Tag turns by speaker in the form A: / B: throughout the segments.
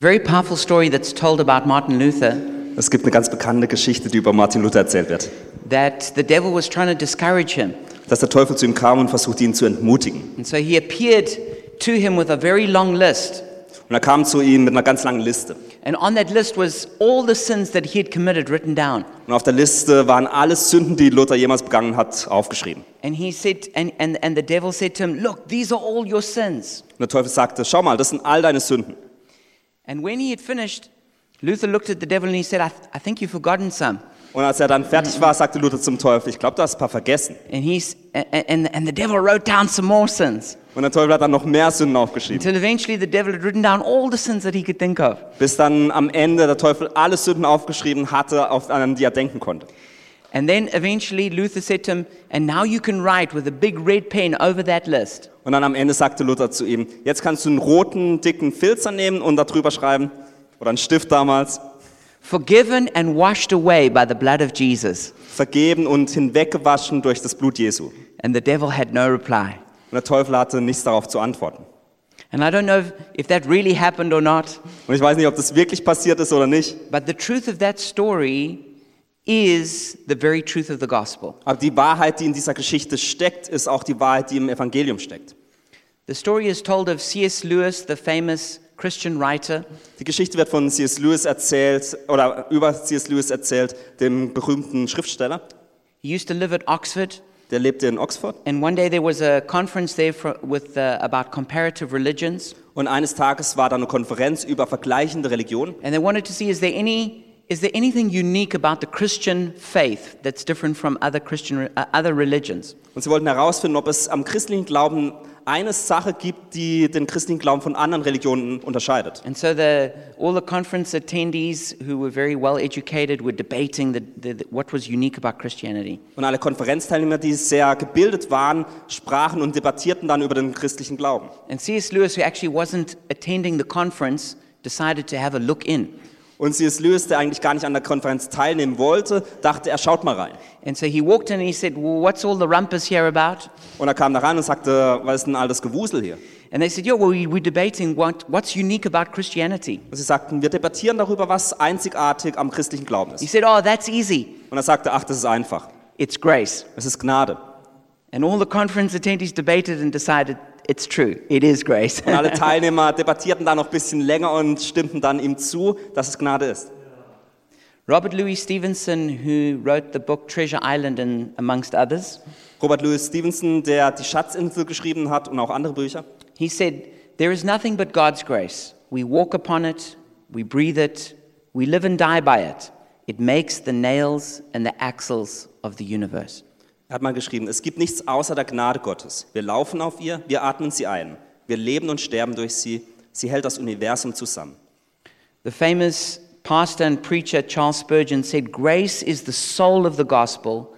A: Very powerful story that's told about Martin Luther
B: Es gibt eine ganz bekannte Geschichte, die über Martin Luther erzählt wird.
A: that the devil was trying to discourage him.
B: Dass der Teufel zu ihm kam und versuchte, ihn zu entmutigen.
A: And so he appeared to him with a very long list.
B: Und er kam zu ihm mit einer ganz langen Liste.
A: And on that list was all the sins that he had committed written down.
B: Und auf der Liste waren alle Sünden, die Luther jemals begangen hat, aufgeschrieben.
A: And he said, and, and, and the devil said to him, Look, these are all your sins.
B: Und der Teufel sagte, schau mal, das sind all deine Sünden.
A: And when he had finished, Luther looked at the devil and he said, I, th- I think you've forgotten some.
B: Und als er dann fertig war, sagte Luther zum Teufel, ich glaube, du hast ein paar vergessen.
A: And, he's, and, and, and the devil wrote down some more sins.
B: Und der Teufel hat dann noch mehr Sünden aufgeschrieben.
A: Until eventually the devil had written down all the sins that he could think of.
B: Bis dann am Ende der Teufel alle Sünden aufgeschrieben hatte, auf- an die er denken konnte.
A: And then eventually Luther said to him, And now you can write with a big red pen over that list.
B: Und dann am Ende sagte Luther zu ihm, jetzt kannst du einen roten, dicken Filzer nehmen und da drüber schreiben, oder einen Stift damals,
A: Forgiven and washed away by the blood of Jesus.
B: vergeben und hinweggewaschen durch das Blut Jesu. Und
A: And the devil had no reply.
B: der Teufel hatte nichts darauf zu antworten.
A: And I don't know if, if that really happened or not,
B: Und ich weiß nicht, ob das wirklich passiert ist oder nicht,
A: but the truth of that story is the very truth of the gospel.
B: aber die Wahrheit, die in dieser Geschichte steckt, ist auch die Wahrheit, die im Evangelium steckt.
A: The story is told of C.S. Lewis, the famous Christian writer,
B: Die Geschichte wird von C.S. Lewis erzählt, oder über C.S. Lewis erzählt, dem berühmten Schriftsteller.
A: He used to live at Oxford,
B: Der lebte in Oxford.
A: and one day there was a conference there for, with, uh, about comparative religions,
B: Und eines Tages war da eine Konferenz über vergleichende Religionen.
A: and they wanted to see is there any is there anything unique about the Christian faith that's different from other Christian uh, other religions?
B: Und sie wollten herausfinden, ob es am christlichen Glauben eine Sache gibt, die den christlichen Glauben von anderen Religionen unterscheidet.
A: And so the, all the conference attendees who were very well educated were debating the, the, the- what was unique about Christianity.
B: Und alle Konferenzteilnehmer, die sehr gebildet waren, sprachen und debattierten dann über den christlichen Glauben.
A: And C.S. Lewis, who actually wasn't attending the conference, decided to have a look in.
B: Und C.S. Lewis, der eigentlich gar nicht an der Konferenz teilnehmen wollte, dachte, er schaut mal rein.
A: And so he walked in and he said, Well, what's all the rumpus here about?
B: Und er kam da rein und sagte, was ist denn all das Gewusel hier?
A: And they said, Yeah, well, we, we're debating what, what's unique about Christianity.
B: Und sie sagten, wir debattieren darüber, was einzigartig am christlichen Glauben
A: He
B: ist.
A: said, Oh, that's easy.
B: Und er sagte, ach, das ist einfach.
A: It's grace.
B: Es ist Gnade.
A: And all the conference attendees debated and decided it's true. It is grace.
B: Und alle Teilnehmer debattierten da noch ein bisschen länger und stimmten dann ihm zu, dass es Gnade ist.
A: Robert Louis Stevenson, who wrote the book Treasure Island and amongst others,
B: Robert Louis Stevenson, der die Schatzinsel geschrieben hat und auch andere Bücher,
A: He said, There is nothing but God's grace. We walk upon it, we breathe it, we live and die by it. It makes the nails and the axles of the universe.
B: er hat mal geschrieben, es gibt nichts außer der Gnade Gottes. Wir laufen auf ihr, wir atmen sie ein. Wir leben und sterben durch sie. Sie hält das Universum zusammen.
A: The famous pastor and preacher Charles Spurgeon said, Grace is the soul of the gospel,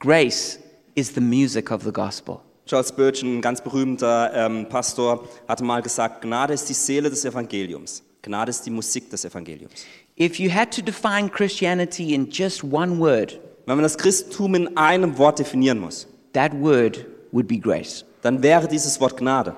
A: grace is the music of the gospel.
B: Charles Spurgeon, ein ganz berühmter ähm, Pastor, hatte mal gesagt, Gnade ist die Seele des Evangeliums. Gnade ist die Musik des Evangeliums.
A: If you had to define Christianity in just one word,
B: Wenn man das Christentum in einem Wort definieren muss,
A: that word would be grace.
B: dann wäre dieses Wort Gnade.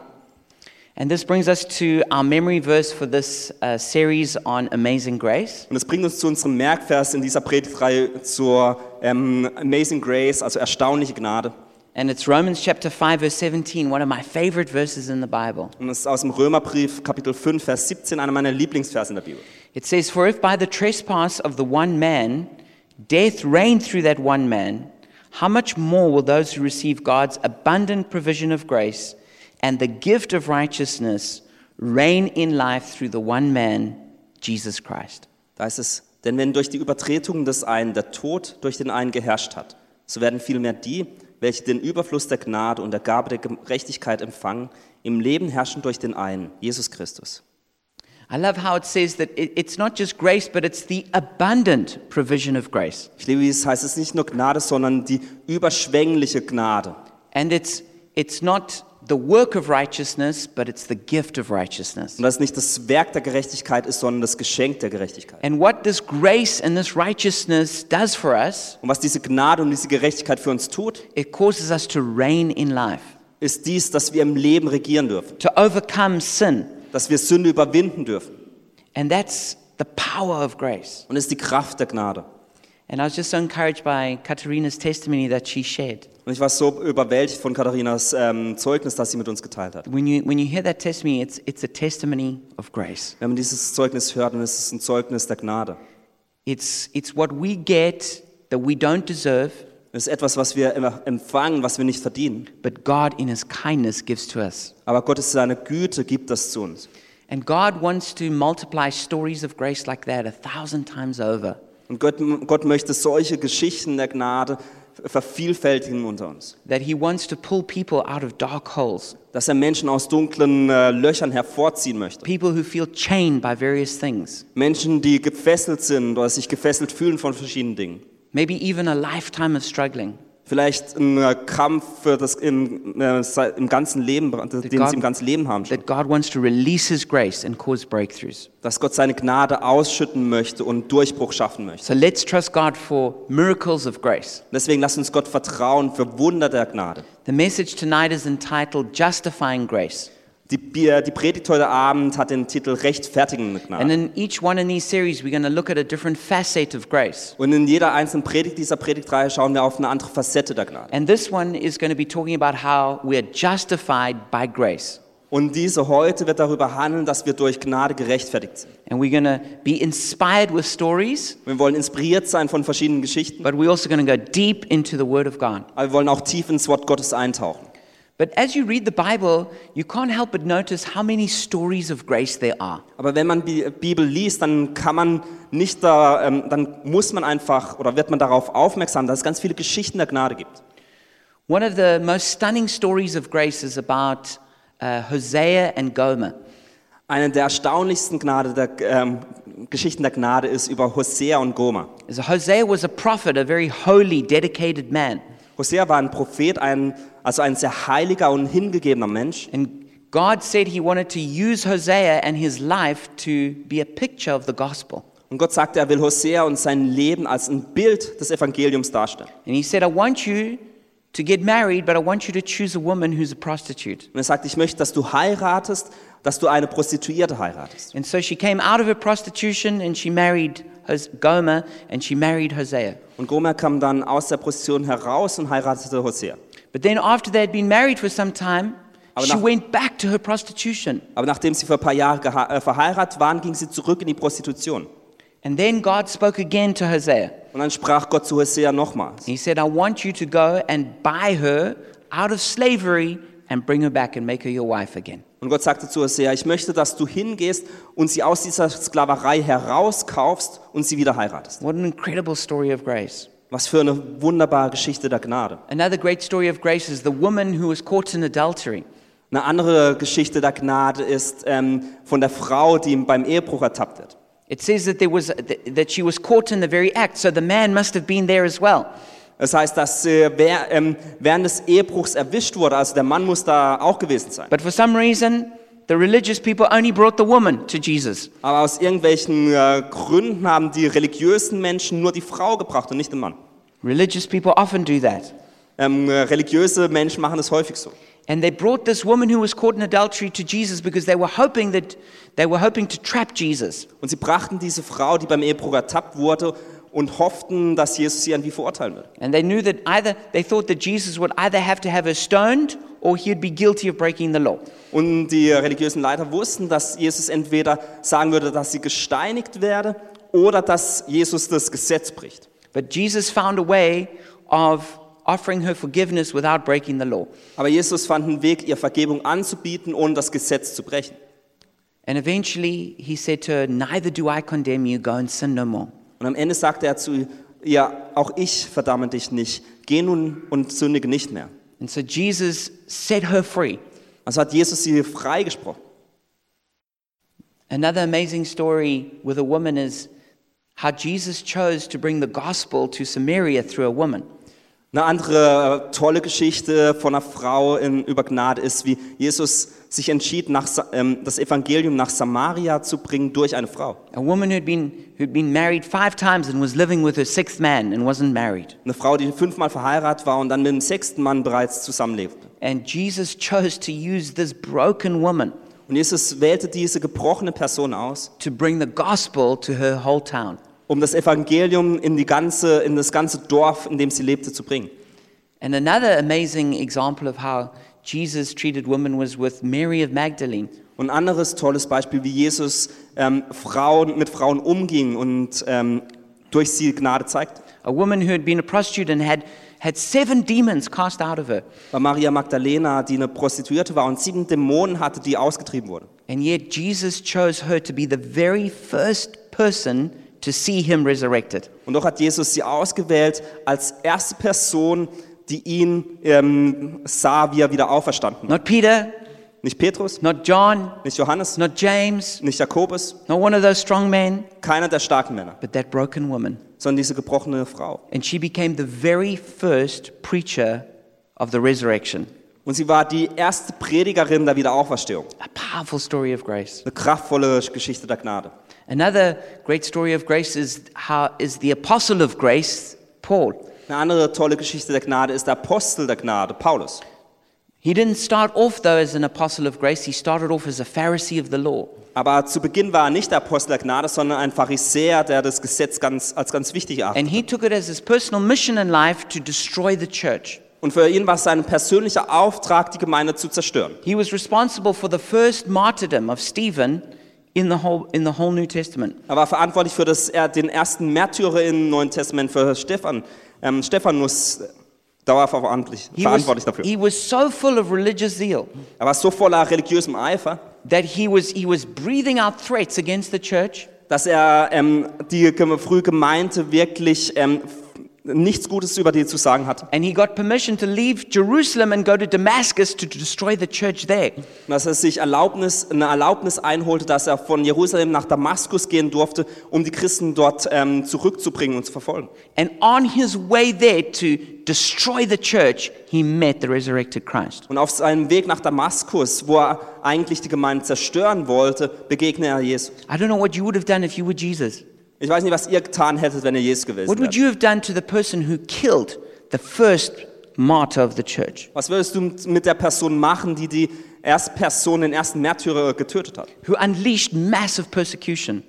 A: And this brings us to our memory verse for this uh, series on Amazing Grace.
B: Und das bringt uns zu unserem Merkvers in dieser Predigtreihe zur ähm, Amazing Grace, also erstaunliche Gnade.
A: And it's Romans chapter 5, verse 17, one of my favorite verses in the Bible.
B: Und es ist aus dem Römerbrief, Kapitel 5, Vers 17, einer meiner Lieblingsverse in der Bibel.
A: It says, For if by the trespass of the one man death reigned through that one man, how much more will those who receive God's abundant provision of grace and the gift of righteousness reign in life through the one man, Jesus Christ?
B: Da heißt es, denn wenn durch die Übertretung des einen der Tod durch den einen geherrscht hat, so werden vielmehr die, welche den Überfluss der Gnade und der Gabe der Gerechtigkeit empfangen, im Leben herrschen durch den einen, Jesus Christus.
A: I love how it says that it- it's not just grace, but it's the abundant provision of grace.
B: Ich liebe, wie es heißt, es ist nicht nur Gnade, sondern die überschwängliche Gnade.
A: And it's, it's not the work of righteousness, but it's the gift of righteousness.
B: Und dass nicht das Werk der Gerechtigkeit ist, sondern das Geschenk der Gerechtigkeit.
A: And what this grace and this righteousness does for us,
B: Und was diese Gnade und diese Gerechtigkeit für uns tut,
A: it causes us to reign in life,
B: ist dies, dass wir im Leben regieren dürfen,
A: to overcome sin,
B: dass wir Sünde überwinden dürfen
A: And that's the power of grace.
B: Und es ist die Kraft der Gnade.
A: And I was just so encouraged by Katerina's testimony that she shared.
B: Und ich war so überwältigt von Katharinas ähm, Zeugnis, das sie mit uns geteilt hat.
A: When you, when you hear that testimony, it's, it's a testimony of grace.
B: Wenn man dieses Zeugnis hört, dann ist es ein Zeugnis der Gnade.
A: It's, it's what we get that we don't deserve,
B: Es ist etwas, was wir immer empfangen, was wir nicht verdienen.
A: but God in His kindness gives to us.
B: Aber Gottes seine Güte gibt das zu uns.
A: And God wants to multiply stories of grace like that a thousand times over.
B: Und Gott, Gott möchte solche Geschichten der Gnade vervielfältigen unter uns.
A: That He wants to pull people out of dark holes,
B: Dass er Menschen aus dunklen äh, Löchern hervorziehen möchte.
A: people who feel chained by various things,
B: Menschen, die gefesselt sind oder sich gefesselt fühlen von verschiedenen Dingen.
A: maybe even a lifetime of struggling.
B: Vielleicht ein äh, Kampf für das im, äh, sei- im ganzen Leben, den
A: God-
B: sie im ganzen Leben haben schon.
A: That God wants to release His grace and cause breakthroughs.
B: Dass Gott seine Gnade ausschütten möchte und Durchbruch schaffen möchte.
A: So let's trust God for miracles of grace.
B: Deswegen lasst uns Gott vertrauen für Wunder der Gnade.
A: The message tonight is entitled Justifying Grace.
B: Die, Bi- äh, die Predigt heute Abend hat den Titel Rechtfertigende
A: And
B: Gnade.
A: in each one in these series, we're going to look at a different facet of grace.
B: Und in jeder einzelnen Predigt dieser Predigtreihe schauen wir auf eine andere Facette der Gnade.
A: And this one is going to be talking about how we are justified by grace.
B: Und diese heute wird darüber handeln, dass wir durch Gnade gerechtfertigt sind.
A: And we're going to be inspired with stories,
B: Wir wollen inspiriert sein von verschiedenen Geschichten,
A: but we're also going to go deep into the Word of God.
B: aber wir wollen auch tief ins Wort Gottes eintauchen.
A: But as you read the Bible, you can't help but notice how many stories of grace there are.
B: Aber wenn man die Bibel liest, dann kann man nicht da, ähm, dann muss man einfach oder wird man darauf aufmerksam, dass es ganz viele Geschichten der Gnade gibt.
A: One of the most stunning stories of grace is about uh, Hosea and Gomer.
B: Eine der erstaunlichsten Gnade der, ähm, Geschichten der Gnade ist über Hosea und Gomer.
A: So Hosea was a prophet, a very holy, dedicated man.
B: Hosea war ein Prophet, ein, also ein sehr heiliger und hingegebener Mensch.
A: And God said he wanted to use Hosea and his life to be a picture of the gospel.
B: Und Gott sagte, er will Hosea und sein Leben als ein Bild des Evangeliums darstellen.
A: And he said, I want you to get married, but I want you to choose a woman who's a prostitute.
B: Und er sagte, ich möchte, dass du heiratest, dass du eine Prostituierte heiratest.
A: And so she came out of her prostitution and she married Hos- Gomer and she married Hosea.
B: Und Gomer kam dann aus der Prostitution heraus und heiratete Hosea.
A: But then, after they had been married for some time,
B: Aber
A: she
B: nach-
A: went back to her prostitution.
B: Aber nachdem sie für ein paar Jahre geha- äh, verheiratet waren, ging sie zurück in die Prostitution.
A: And then God spoke again to Hosea.
B: Und dann sprach Gott zu Hosea nochmals.
A: He said, I want you to go and buy her out of slavery and bring her back and make her your wife again.
B: Und Gott sagte zu Hosea, ich möchte, dass du hingehst und sie aus dieser Sklaverei herauskaufst und sie wieder heiratest.
A: What an incredible story of grace.
B: Was für eine wunderbare Geschichte der Gnade.
A: Another great story of grace is the woman who was caught in adultery.
B: Eine andere Geschichte der Gnade ist ähm, von der Frau, die beim Ehebruch ertappt wird.
A: It says that, there was, that she was caught in the very act, so the man must have been there as well.
B: Das heißt, dass äh, wer, ähm, während des Ehebruchs erwischt wurde, also der Mann muss da auch gewesen sein.
A: But for some reason, the religious people only brought the woman to Jesus.
B: Aber aus irgendwelchen äh, Gründen haben die religiösen Menschen nur die Frau gebracht und nicht den Mann.
A: Religious people often do that.
B: Ähm, äh, religiöse Menschen machen das häufig so.
A: And they brought this woman who was caught in adultery to Jesus because they were hoping that they were hoping to trap Jesus.
B: Und sie brachten diese Frau, die beim Ehebruch ertappt wurde, und hofften, dass Jesus sie irgendwie verurteilen würde.
A: And they knew that either they thought that Jesus would either have to have her stoned or he'd be guilty of breaking the law.
B: Und die religiösen Leiter wussten, dass Jesus entweder sagen würde, dass sie gesteinigt werde oder dass Jesus das Gesetz bricht.
A: But Jesus found a way of offering her forgiveness without breaking the law.
B: Aber Jesus fand einen Weg, ihr Vergebung anzubieten, ohne das Gesetz zu brechen.
A: And eventually he said to her, Neither do I condemn you, go and sin no more.
B: Und am Ende sagte er zu ihr, auch ich verdamme dich nicht, geh nun und sündige nicht mehr.
A: And so Jesus set her free.
B: Also hat Jesus sie freigesprochen.
A: Another amazing story with a woman is how Jesus chose to bring the gospel to Samaria through a woman.
B: Eine andere äh, tolle Geschichte von einer Frau in, über Gnade ist, wie Jesus sich entschied, nach, Sa- ähm, das Evangelium nach Samaria zu bringen durch eine Frau.
A: A woman who'd been, who'd been married five times and was living with her sixth man and wasn't married.
B: Eine Frau, die fünfmal verheiratet war und dann mit dem sechsten Mann bereits zusammenlebte.
A: And Jesus chose to use this broken woman
B: Und Und Jesus wählte diese gebrochene Person aus,
A: to bring the gospel to her whole town.
B: um das Evangelium in, die ganze, in das ganze Dorf, in dem sie lebte, zu bringen.
A: And another amazing example of how Jesus treated women was with Mary of Magdalene.
B: Und ein anderes tolles Beispiel, wie Jesus ähm, Frauen, mit Frauen umging und ähm, durch sie Gnade zeigt,
A: a woman who had been a prostitute and had, had seven demons cast out of her.
B: war Maria Magdalena, die eine Prostituierte war und sieben Dämonen hatte, die ausgetrieben wurden.
A: And yet Jesus chose her to be the very first person to see him resurrected.
B: Und doch hat Jesus sie ausgewählt als erste Person, die ihn ähm, sah, wie er wieder auferstanden war.
A: Not Peter,
B: Nicht Petrus,
A: not John,
B: nicht Johannes,
A: not James,
B: nicht Jakobus,
A: not one of those strong men,
B: keiner der starken Männer,
A: but that broken woman.
B: sondern diese gebrochene Frau.
A: And she became the very first preacher of the resurrection.
B: Und sie war die erste Predigerin der Wiederauferstehung.
A: A powerful story of grace.
B: Eine kraftvolle Geschichte der Gnade.
A: Another great story of grace is how is the apostle of grace, Paul.
B: Eine andere tolle Geschichte der Gnade ist der Apostel der Gnade, Paulus.
A: He didn't start off, though, as an apostle of grace. He started off as a Pharisee of the law.
B: Aber zu Beginn war er nicht der Apostel der Gnade, sondern ein Pharisäer, der das Gesetz ganz, als ganz wichtig erachtet.
A: And he took it as his personal mission in life to destroy the church.
B: Und für ihn war es sein persönlicher Auftrag, die Gemeinde zu zerstören.
A: He was responsible for the first martyrdom of Stephen in the whole, in the whole New Testament.
B: Er war verantwortlich für das, er, den ersten Märtyrer im Neuen Testament für Stephan, ähm, Stephanus. äh, Da war er verantwortlich,
A: He was,
B: verantwortlich dafür.
A: he was so full of religious zeal
B: Er war so voller religiösem Eifer,
A: that he was, he was breathing out threats against the church.
B: dass er ähm, die gem- frühe Gemeinde wirklich ähm, f- nichts Gutes über die zu sagen hatte.
A: And he got permission to leave Jerusalem and go to Damascus to destroy the church there.
B: Und dass er sich Erlaubnis, eine Erlaubnis einholte, dass er von Jerusalem nach Damaskus gehen durfte, um die Christen dort ähm, zurückzubringen und zu verfolgen.
A: And on his way there to destroy the church, he met the resurrected Christ.
B: Und auf seinem Weg nach Damaskus, wo er eigentlich die Gemeinde zerstören wollte, begegnete er Jesus.
A: I don't know what you would have done if you were Jesus.
B: Ich weiß nicht, was ihr getan hättet, wenn ihr Jesus
A: What
B: gewesen
A: would
B: wärt.
A: you have done to the person who killed the first martyr of the church,
B: Was würdest du mit der Person machen, die die erste Person, den ersten Märtyrer getötet hat?
A: who unleashed massive persecution?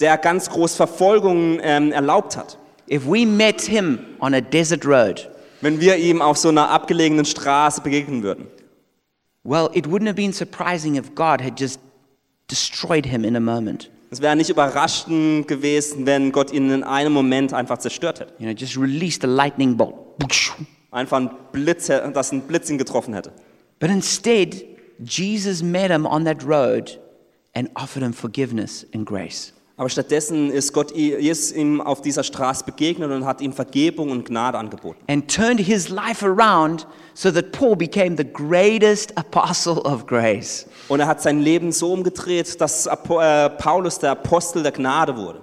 B: Der ganz groß Verfolgungen ähm, erlaubt hat.
A: If we met him on a desert road,
B: Wenn wir ihm auf so einer abgelegenen Straße begegnen würden.
A: well, it wouldn't have been surprising if God had just destroyed him in a moment.
B: Es wäre nicht überraschend gewesen, wenn Gott ihn in einem Moment einfach zerstört hätte.
A: You know, just released a lightning bolt. But
B: Einfach ein Blitz, hä- dass ein Blitz ihn getroffen hätte.
A: instead, Jesus met him on that road and offered him forgiveness and grace.
B: Aber stattdessen ist Gott i- Jesus ihm auf dieser Straße begegnet und hat ihm Vergebung und Gnade angeboten.
A: and turned his life around so that Paul became the greatest apostle of grace.
B: Und er hat sein Leben so umgedreht, dass Apo äh, Paulus der Apostel der Gnade wurde.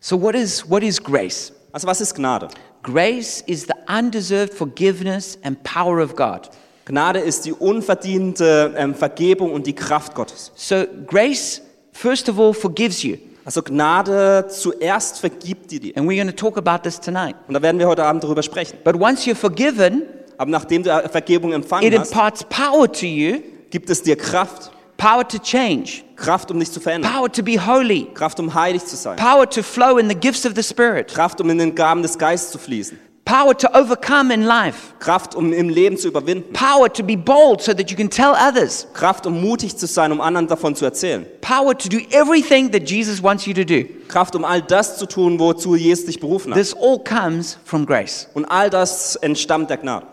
A: So, what is, what is grace?
B: Also was ist Gnade?
A: Grace is the undeserved forgiveness and power of God.
B: Gnade ist die unverdiente ähm, Vergebung und die Kraft Gottes.
A: So, grace, first of all, forgives you.
B: Also Gnade zuerst vergibt die dir.
A: And we're going to talk about this tonight.
B: Und da werden wir heute Abend darüber sprechen.
A: But once you're forgiven,
B: Aber nachdem du äh, Vergebung
A: it
B: empfangen hast,
A: imparts power to you
B: gibt es dir Kraft.
A: power to change,
B: Kraft, um dich zu verändern.
A: power to be holy,
B: Kraft, um heilig zu sein.
A: power to flow in the gifts of the Spirit,
B: Kraft, um in den Gaben des Geistes zu fließen.
A: power to overcome in life,
B: Kraft, um im Leben zu überwinden.
A: power to be bold so that you can tell others.
B: Kraft, um mutig zu sein, um anderen davon zu erzählen.
A: power to do everything that Jesus wants you to do.
B: Kraft, um all das zu tun, wozu Jesus dich berufen hat.
A: This all comes from grace.
B: Und all das entstammt der Gnade.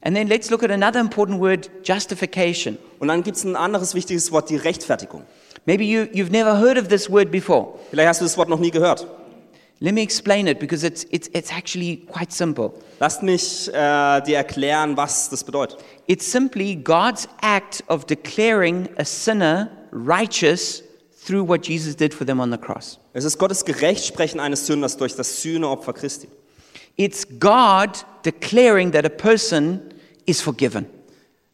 A: And then let's look at another important word justification.
B: Und dann gibt es ein anderes wichtiges Wort, die Rechtfertigung.
A: Maybe you, you've never heard of this word before.
B: Vielleicht hast du das Wort noch nie gehört.
A: Let me explain it because it's, it's, it's actually quite simple.
B: Lasst mich äh, dir erklären, was das bedeutet.
A: It's simply God's act of declaring a sinner righteous through what Jesus did for them on the cross.
B: Es ist Gottes Gerechtsprechen eines Sünders durch das Sühneopfer Christi.
A: It's God declaring that a person is forgiven.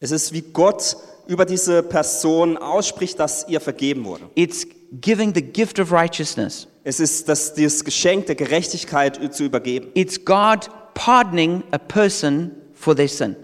B: Es ist wie Gott über diese Person ausspricht, dass ihr vergeben wurde.
A: It's giving the gift of righteousness.
B: Es ist das, das Geschenk der Gerechtigkeit zu übergeben.
A: It's God pardoning a person for their sin.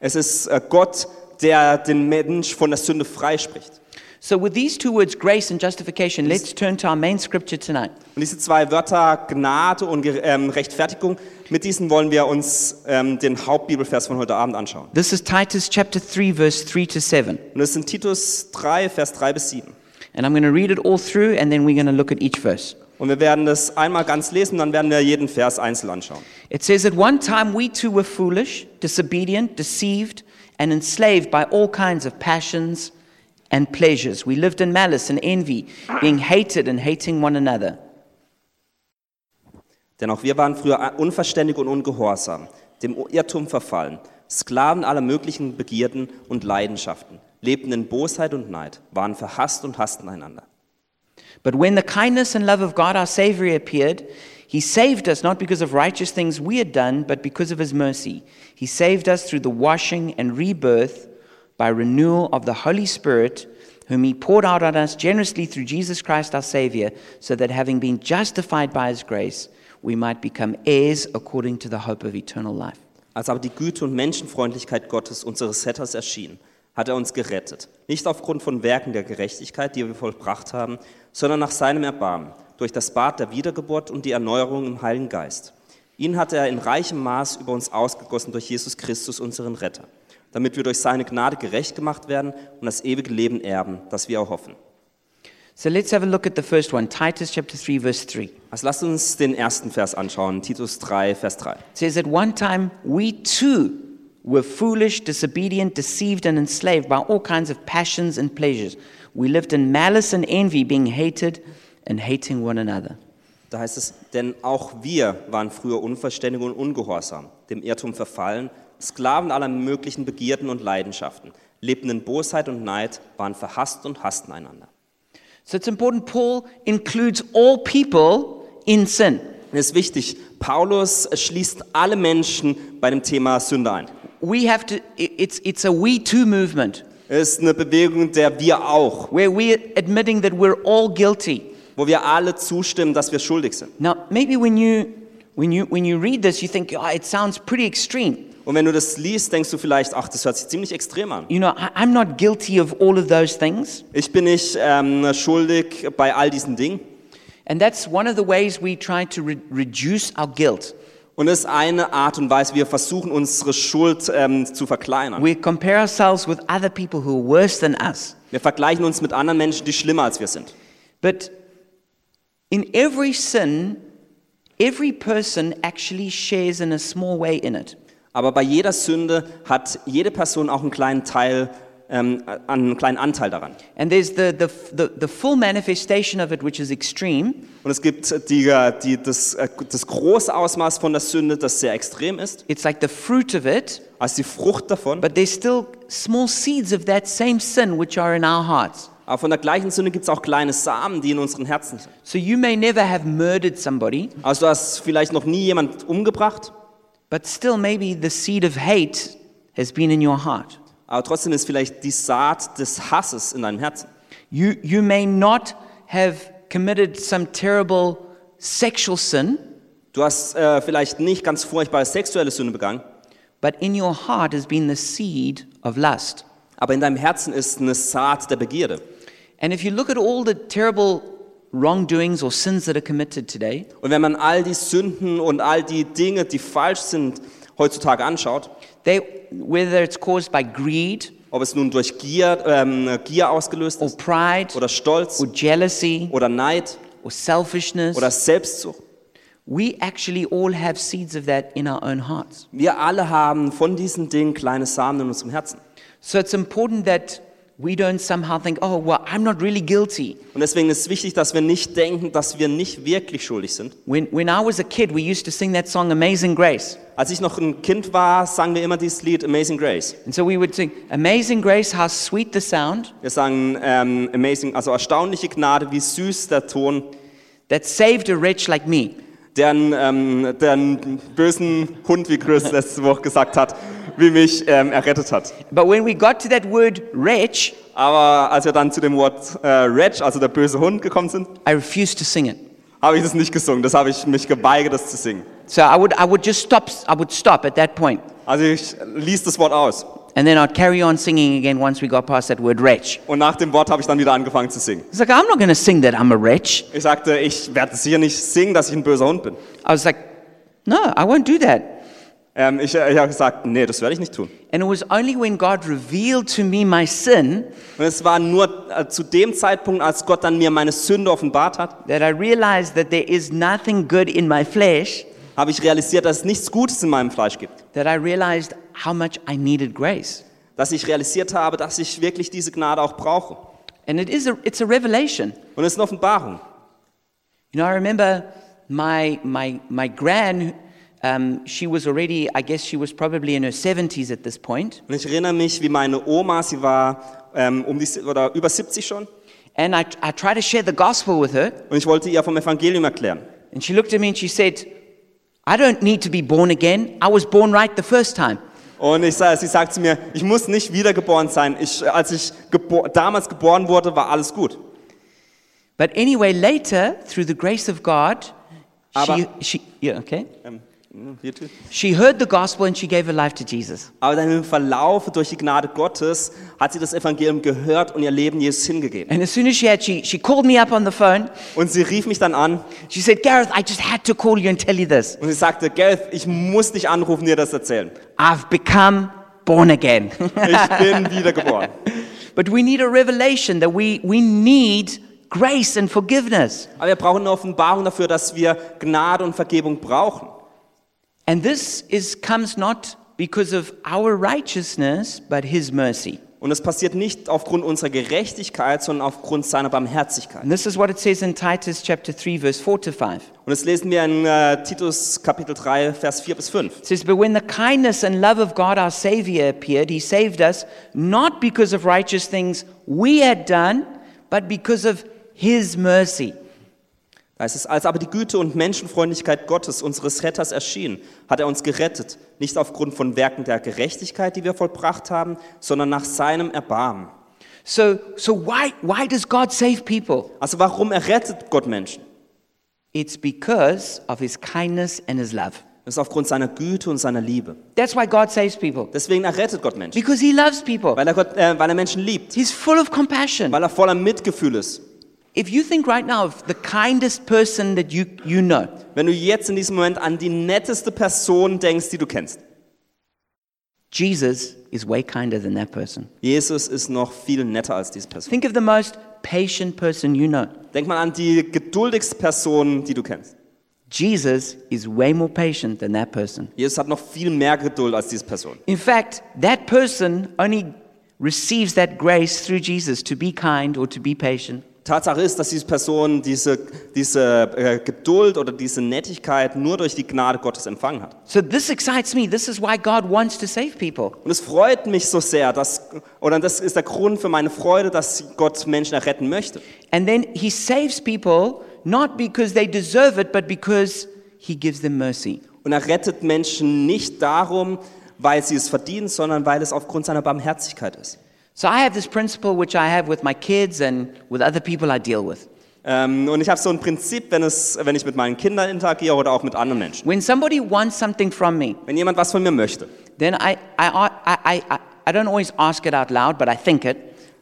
B: Es ist äh, Gott, der den Mensch von der Sünde freispricht.
A: So, with these two words, grace and justification, let's turn to our main scripture tonight.
B: Und diese zwei Wörter Gnade und Ge- ähm, Rechtfertigung, mit diesen wollen wir uns ähm, den Hauptbibelvers von heute Abend anschauen.
A: This is Titus chapter 3, verse 3 to 7.
B: Und das sind Titus 3, Vers 3 bis 7.
A: And I'm going to read it all through, and then we're going to look at each verse.
B: Und wir werden das einmal ganz lesen, dann werden wir jeden Vers einzeln anschauen.
A: It says, At one time we too were foolish, disobedient, deceived, and enslaved by all kinds of passions and pleasures. We lived in malice and envy, being hated and hating one another.
B: Denn auch wir waren früher unverständig und ungehorsam, dem Irrtum verfallen, Sklaven aller möglichen Begierden und Leidenschaften, lebten in Bosheit und Neid, waren verhasst und hassten einander.
A: But when the kindness and love of God our Savior appeared, He saved us not because of righteous things we had done, but because of His mercy. He saved us through the washing and rebirth by renewal of the Holy Spirit, whom He poured out on us generously through Jesus Christ our Savior, so that having been justified by His grace, we might become heirs according to the hope of eternal life.
B: Als aber die Güte und Menschenfreundlichkeit Gottes, unseres Retters, erschien, hat er uns gerettet. Nicht aufgrund von Werken der Gerechtigkeit, die wir vollbracht haben, sondern nach seinem Erbarmen, durch das Bad der Wiedergeburt und die Erneuerung im Heiligen Geist. Ihn hat er in reichem Maß über uns ausgegossen durch Jesus Christus, unseren Retter, damit wir durch seine Gnade gerecht gemacht werden und das ewige Leben erben, das wir erhoffen.
A: So let's have a look at the first one, Titus chapter 3 verse 3.
B: Also lasst uns den ersten Vers anschauen, Titus 3, Vers 3.
A: It says, At one time we too were foolish, disobedient, deceived, and enslaved by all kinds of passions and pleasures. We lived in malice and envy, being hated and hating one another.
B: Da heißt es, denn auch wir waren früher unverständig und ungehorsam, dem Irrtum verfallen, Sklaven aller möglichen Begierden und Leidenschaften, lebten in Bosheit und Neid, waren verhasst und hassten einander.
A: So it's important, Paul includes all people in sin.
B: Es ist wichtig, Paulus schließt alle Menschen bei dem Thema Sünde ein.
A: We have to, i- it's, it's a we too movement
B: Es ist eine Bewegung der wir auch,
A: where we're admitting that we're all guilty.
B: wo wir alle zustimmen, dass wir schuldig sind.
A: Now, maybe when you, when you, when you read this, you think, oh, it sounds pretty extreme.
B: Und wenn du das liest, denkst du vielleicht, ach, das hört sich ziemlich extrem an.
A: You know, I, I'm not guilty of all of those things.
B: Ich bin nicht ähm, schuldig bei all diesen Dingen.
A: And that's one of the ways we try to re- reduce our guilt.
B: Und es ist eine Art und Weise, wir versuchen, unsere Schuld ähm, zu verkleinern.
A: We compare ourselves with other people who are worse than us.
B: Wir vergleichen uns mit anderen Menschen, die schlimmer als wir sind.
A: But in every sin, every person actually shares in a small way in it.
B: Aber bei jeder Sünde hat jede Person auch einen kleinen Teil, ähm, einen kleinen Anteil daran.
A: And there's the, the, the, the full manifestation of it, which is extreme.
B: Und es gibt die, die, das, äh, das große Ausmaß von der Sünde, das sehr extrem ist,
A: It's like the fruit of it,
B: als die Frucht davon.
A: but there's still small seeds of that same sin which are in our hearts.
B: Aber von der gleichen Sünde gibt es auch kleine Samen, die in unseren Herzen sind.
A: So you may never have murdered somebody,
B: Also du hast vielleicht noch nie jemand umgebracht,
A: but still maybe the seed of hate has been in your heart.
B: aber trotzdem ist vielleicht die Saat des Hasses in deinem Herzen.
A: You, you may not have committed some terrible sexual sin,
B: Du hast äh, vielleicht nicht ganz furchtbare sexuelle Sünde begangen,
A: but in your heart has been the seed of lust.
B: aber in deinem Herzen ist eine Saat der Begierde.
A: And if you look at all the terrible wrongdoings or sins that are committed today,
B: Und wenn man all die Sünden und all die Dinge, die falsch sind, heutzutage anschaut,
A: they, whether it's caused by greed
B: ob es nun durch Gier, ähm, Gier ausgelöst
A: or
B: ist,
A: pride
B: oder Stolz,
A: or jealousy
B: oder Neid,
A: or selfishness,
B: oder Selbstsucht,
A: we actually all have seeds of that in our own hearts.
B: wir alle haben von diesen Dingen kleine Samen in unserem Herzen.
A: So it's important that we don't somehow think, oh, well, I'm not really guilty.
B: Und deswegen ist es wichtig, dass wir nicht denken, dass wir nicht wirklich schuldig sind.
A: When, when I was a kid, we used to sing that song, Amazing Grace.
B: Als ich noch ein Kind war, sangen wir immer dieses Lied Amazing Grace.
A: And so we would sing, Amazing Grace, how sweet the sound
B: Wir sagen ähm, amazing, also erstaunliche Gnade, wie süß der Ton,
A: that saved a wretch like me.
B: der einen, ähm, der einen bösen Hund, wie Chris letzte Woche gesagt hat, wie mich ähm, errettet hat.
A: But when we got to that word wretch,
B: Aber als wir dann zu dem Wort äh, Wretch, also der böse Hund, gekommen sind,
A: I refused to sing it.
B: habe ich das nicht gesungen. Das habe ich mich geweigert, das zu singen.
A: So I would, I would just stop, I would stop at that point.
B: Also ich ließ das Wort aus.
A: And then I'd carry on singing again once we got past that word wretch.
B: Und nach dem Wort habe ich dann wieder angefangen zu singen.
A: It's like, I'm not going to sing that I'm a wretch.
B: Ich sagte, ich werde sicher nicht singen, dass ich ein böser Hund bin.
A: I was like, no, I won't do that.
B: Ähm, ich ich habe gesagt, nee, das werde ich nicht tun.
A: And it was only when God revealed to me my sin
B: Und es war nur äh, zu dem Zeitpunkt, als Gott dann mir meine Sünde offenbart hat,
A: that I realized that there is nothing good in my flesh,
B: habe ich realisiert, dass es nichts Gutes in meinem Fleisch gibt.
A: that I realized how much I needed grace.
B: Dass ich realisiert habe, dass ich wirklich diese Gnade auch brauche.
A: And it is a, it's a revelation.
B: Und es ist eine Offenbarung.
A: You know, I remember my, my, my gran, um, she was already, I guess she was probably in her 70s at this point.
B: Und ich erinnere mich, wie meine Oma, sie war ähm, um die, si- oder über 70 schon,
A: And I, I tried to share the gospel with her.
B: und ich wollte ihr vom Evangelium erklären.
A: And she looked at me and she said, I don't need to be born again. I was born right the first time.
B: Und ich, sa- sie sagt zu mir, ich muss nicht wiedergeboren sein. Ich, äh, als ich gebo damals geboren wurde, war alles gut.
A: But anyway, later, through the grace of God, she,
B: Aber-
A: she, yeah, okay.
B: Ähm, hier too.
A: she heard the gospel and she gave her life to Jesus.
B: Aber dann im Verlauf durch die Gnade Gottes hat sie das Evangelium gehört und ihr Leben Jesus hingegeben.
A: And as soon as she had, she, she called me up on the phone.
B: Und sie rief mich dann an
A: She said, Gareth, I just had to call you and tell you this.
B: und sie sagte, Gareth, ich muss dich anrufen, dir das erzählen.
A: I've become born again.
B: Ich bin wiedergeboren.
A: but we need a revelation that we, we need grace and forgiveness.
B: Aber wir brauchen eine Offenbarung dafür, dass wir Gnade und Vergebung brauchen.
A: And this is, comes not because of our righteousness, but his mercy.
B: Und es passiert nicht aufgrund unserer Gerechtigkeit, sondern aufgrund seiner Barmherzigkeit.
A: And this is what it says in Titus chapter 3, verse 4 to 5.
B: Und das lesen wir in äh, Titus Kapitel 3, Vers 4 bis 5.
A: It says, But when the kindness and love of God our Savior appeared, he saved us not because of righteous things we had done, but because of his mercy.
B: Da heißt es, als aber die Güte und Menschenfreundlichkeit Gottes, unseres Retters, erschien, hat er uns gerettet, nicht aufgrund von Werken der Gerechtigkeit, die wir vollbracht haben, sondern nach seinem Erbarmen.
A: So, so why, why does God save people?
B: Also warum errettet Gott Menschen?
A: It's because of his kindness and his love.
B: Das ist aufgrund seiner Güte und seiner Liebe.
A: That's why God saves people,
B: Deswegen errettet Gott Menschen,
A: because he loves people.
B: weil er, Gott, äh, weil er Menschen liebt,
A: He's full of compassion.
B: weil er voller Mitgefühl ist.
A: If you think right now of the kindest person that you, you know,
B: Wenn du jetzt in diesem Moment an die netteste Person denkst, die du kennst,
A: Jesus is way kinder than that person.
B: Jesus ist noch viel netter als diese Person.
A: Think of the most patient person you know.
B: Denk mal an die geduldigste Person, die du kennst.
A: Jesus is way more patient than that person.
B: Jesus hat noch viel mehr Geduld als diese Person.
A: In fact, that person only receives that grace through Jesus to be kind or to be patient
B: Tatsache ist, dass diese Person diese, diese äh, Geduld oder diese Nettigkeit nur durch die Gnade Gottes empfangen hat.
A: So this excites me. This is why God wants to save people.
B: Und es freut mich so sehr, dass, oder das ist der Grund für meine Freude, dass Gott Menschen erretten möchte.
A: And then he saves people not because they deserve it, but because he gives them mercy.
B: Und er rettet Menschen nicht darum, weil sie es verdienen, sondern weil es aufgrund seiner Barmherzigkeit ist.
A: So I have this principle which I have with my kids and with other people I deal with.
B: Ähm, und ich habe so ein Prinzip, wenn, es, wenn ich mit meinen Kindern interagiere oder auch mit anderen Menschen.
A: When somebody wants something from me,
B: Wenn jemand was von mir möchte
A: then I, I, I, I, I, I don't always ask it out loud, but I think it.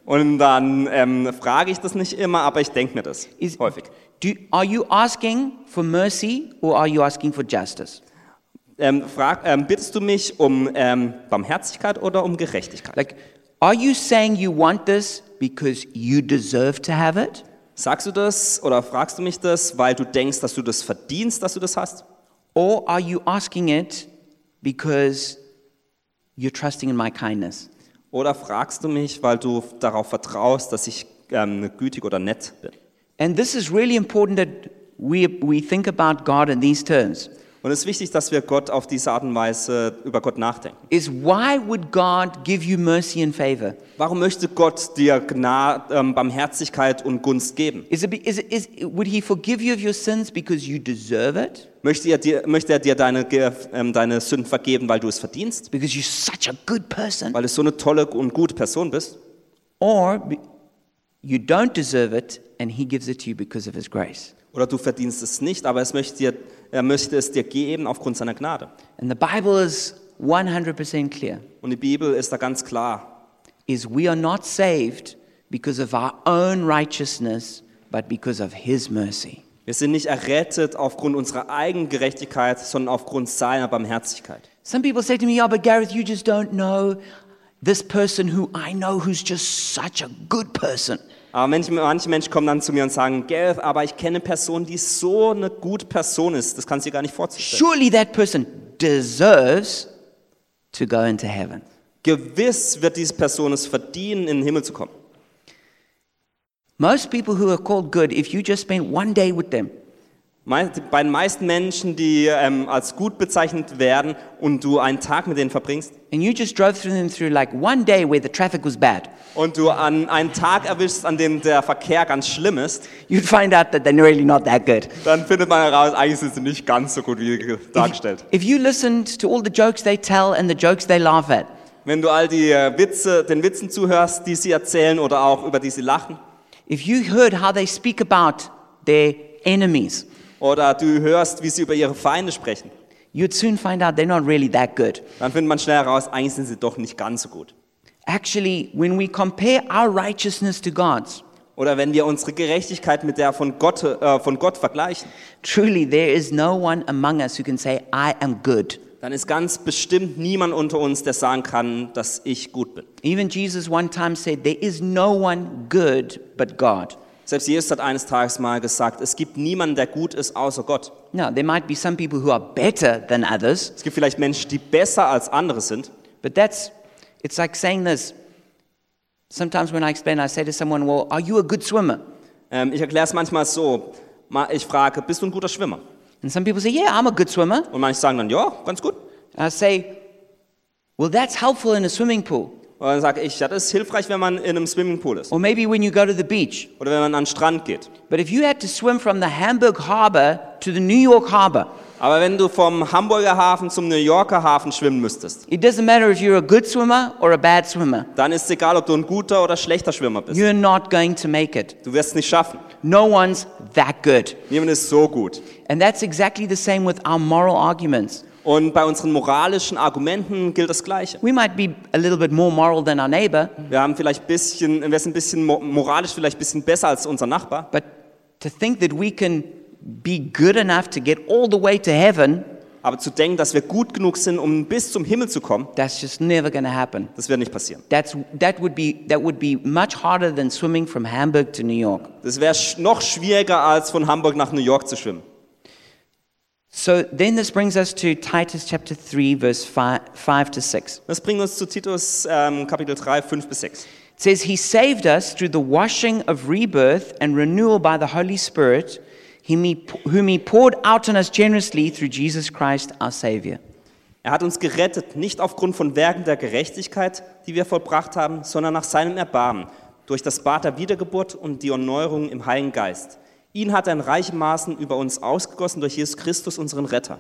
B: und dann ähm, frage ich das nicht immer, aber ich denke mir das
A: Is-
B: häufig.
A: Do, are you asking for mercy or are you asking for justice?
B: Ähm, frag, ähm, bittest du mich um ähm, Barmherzigkeit oder um Gerechtigkeit?
A: Like, are you saying you want this because you deserve to have it?
B: Sagst du das oder fragst du mich das, weil du denkst, dass du das verdienst, dass du das hast?
A: Or are you asking it because you're trusting in my kindness?
B: Oder fragst du mich, weil du darauf vertraust, dass ich ähm, gütig oder nett bin?
A: And this is really important that we, we think about God in these terms.
B: Und es ist wichtig, dass wir Gott auf diese Art und Weise über Gott nachdenken.
A: Is why would God give you mercy and favor?
B: Warum möchte Gott dir Gnade, ähm, Barmherzigkeit und Gunst geben?
A: Is it, be- is, it- is, would He forgive you of your sins because you deserve it?
B: Möchte er dir, möchte er dir deine, Ge- ähm, deine Sünden vergeben, weil du es verdienst?
A: Because you're such a good person?
B: Weil du so eine tolle und gute Person bist?
A: Or be- you don't deserve it and He gives it to you because of His grace?
B: Oder du verdienst es nicht, aber es möchte dir, er möchte es dir geben aufgrund seiner Gnade.
A: And the Bible is 100% clear
B: Und die Bibel ist da ganz klar.
A: is we are not saved because of our own righteousness, but because of his mercy.
B: Wir sind nicht errettet aufgrund unserer eigenen Gerechtigkeit, sondern aufgrund seiner Barmherzigkeit.
A: Some people say to me, Yeah, but Gareth, you just don't know this person who I know who's just such a good person.
B: Aber manche, manche Menschen kommen dann zu mir und sagen, Gareth, aber ich kenne eine Person, die so eine gute Person ist. Das kannst du dir gar nicht vorzustellen.
A: Surely that person deserves to go into heaven.
B: Gewiss wird diese Person es verdienen, in den Himmel zu kommen.
A: Most people who are called good, if you just spent one day with them,
B: Mei- Bei den meisten Menschen, die ähm, als gut bezeichnet werden und du einen Tag mit denen verbringst
A: and you just drove through them through like one day where the traffic was bad,
B: und du an einen Tag erwischst, an dem der Verkehr ganz schlimm ist,
A: you'd find out that they're really not that good.
B: dann findet man heraus, eigentlich sind sie nicht ganz so gut wie ge- dargestellt.
A: If you listened to all the jokes they tell and the jokes they laugh at,
B: Wenn du all die äh, Witze, den Witzen zuhörst, die sie erzählen oder auch über die sie lachen,
A: if you heard how they speak about their enemies,
B: oder du hörst, wie sie über ihre Feinde sprechen,
A: you'd soon find out they're not really that good.
B: dann findet man schnell heraus, eigentlich sind sie doch nicht ganz so gut.
A: Actually, when we compare our righteousness to God's,
B: Oder wenn wir unsere Gerechtigkeit mit der von Gott, äh, von Gott vergleichen,
A: truly there is no one among us who can say, I am good.
B: dann ist ganz bestimmt niemand unter uns, der sagen kann, dass ich gut bin.
A: Even Jesus one time said, There is no one good but God.
B: Selbst Jesus hat eines Tages mal gesagt, es gibt niemanden, der gut ist, außer Gott.
A: Now, there might be some people who are better than others,
B: Es gibt vielleicht Menschen, die besser als andere sind.
A: but that's, it's like saying this. Sometimes when I explain, I say to someone, Well, are you a good swimmer?
B: Ähm, ich erkläre es manchmal so. Ma- Ich frage, bist du ein guter Schwimmer?
A: And some people say, Yeah, I'm a good swimmer.
B: Und manche sagen dann, ja, ganz gut.
A: I say, Well, that's helpful in a swimming pool,
B: Und dann sage ich, ja, das ist hilfreich, wenn man in einem Swimmingpool ist.
A: or maybe when you go to the beach.
B: Oder wenn man an den Strand geht.
A: But if you had to swim from the Hamburg harbor to the New York harbor,
B: Aber wenn du vom Hamburger Hafen zum New Yorker Hafen schwimmen müsstest,
A: it doesn't matter if you're a good swimmer or a bad swimmer,
B: dann ist es egal, ob du ein guter oder schlechter Schwimmer bist.
A: you're not going to make it.
B: Du wirst es nicht schaffen.
A: No one's that good.
B: Niemand ist so gut.
A: And that's exactly the same with our moral arguments.
B: Und bei unseren moralischen Argumenten gilt das Gleiche.
A: We might be a little bit more moral than our neighbor,
B: Wir haben vielleicht bisschen, wir sind ein bisschen mo- moralisch vielleicht ein bisschen besser als unser Nachbar.
A: but to think that we can be good enough to get all the way to heaven,
B: Aber zu denken, dass wir gut genug sind, um bis zum Himmel zu kommen,
A: that's just never going to happen.
B: das wird nicht passieren.
A: That's, that, would be, that would be much harder than swimming from Hamburg to New York.
B: Das wäre sch- noch schwieriger, als von Hamburg nach New York zu schwimmen.
A: So then this brings us to Titus chapter 3, verse 5, 5 to 6.
B: Das bringt uns zu Titus ähm, Kapitel 3, 5 bis 6.
A: It says, He saved us through the washing of rebirth and renewal by the Holy Spirit, whom he, whom he poured out on us generously through Jesus Christ our Savior.
B: Er hat uns gerettet, nicht aufgrund von Werken der Gerechtigkeit, die wir vollbracht haben, sondern nach seinem Erbarmen, durch das Bad der Wiedergeburt und die Erneuerung im Heiligen Geist. Ihn hat er in reichem Maßen über uns ausgegossen durch Jesus Christus, unseren Retter.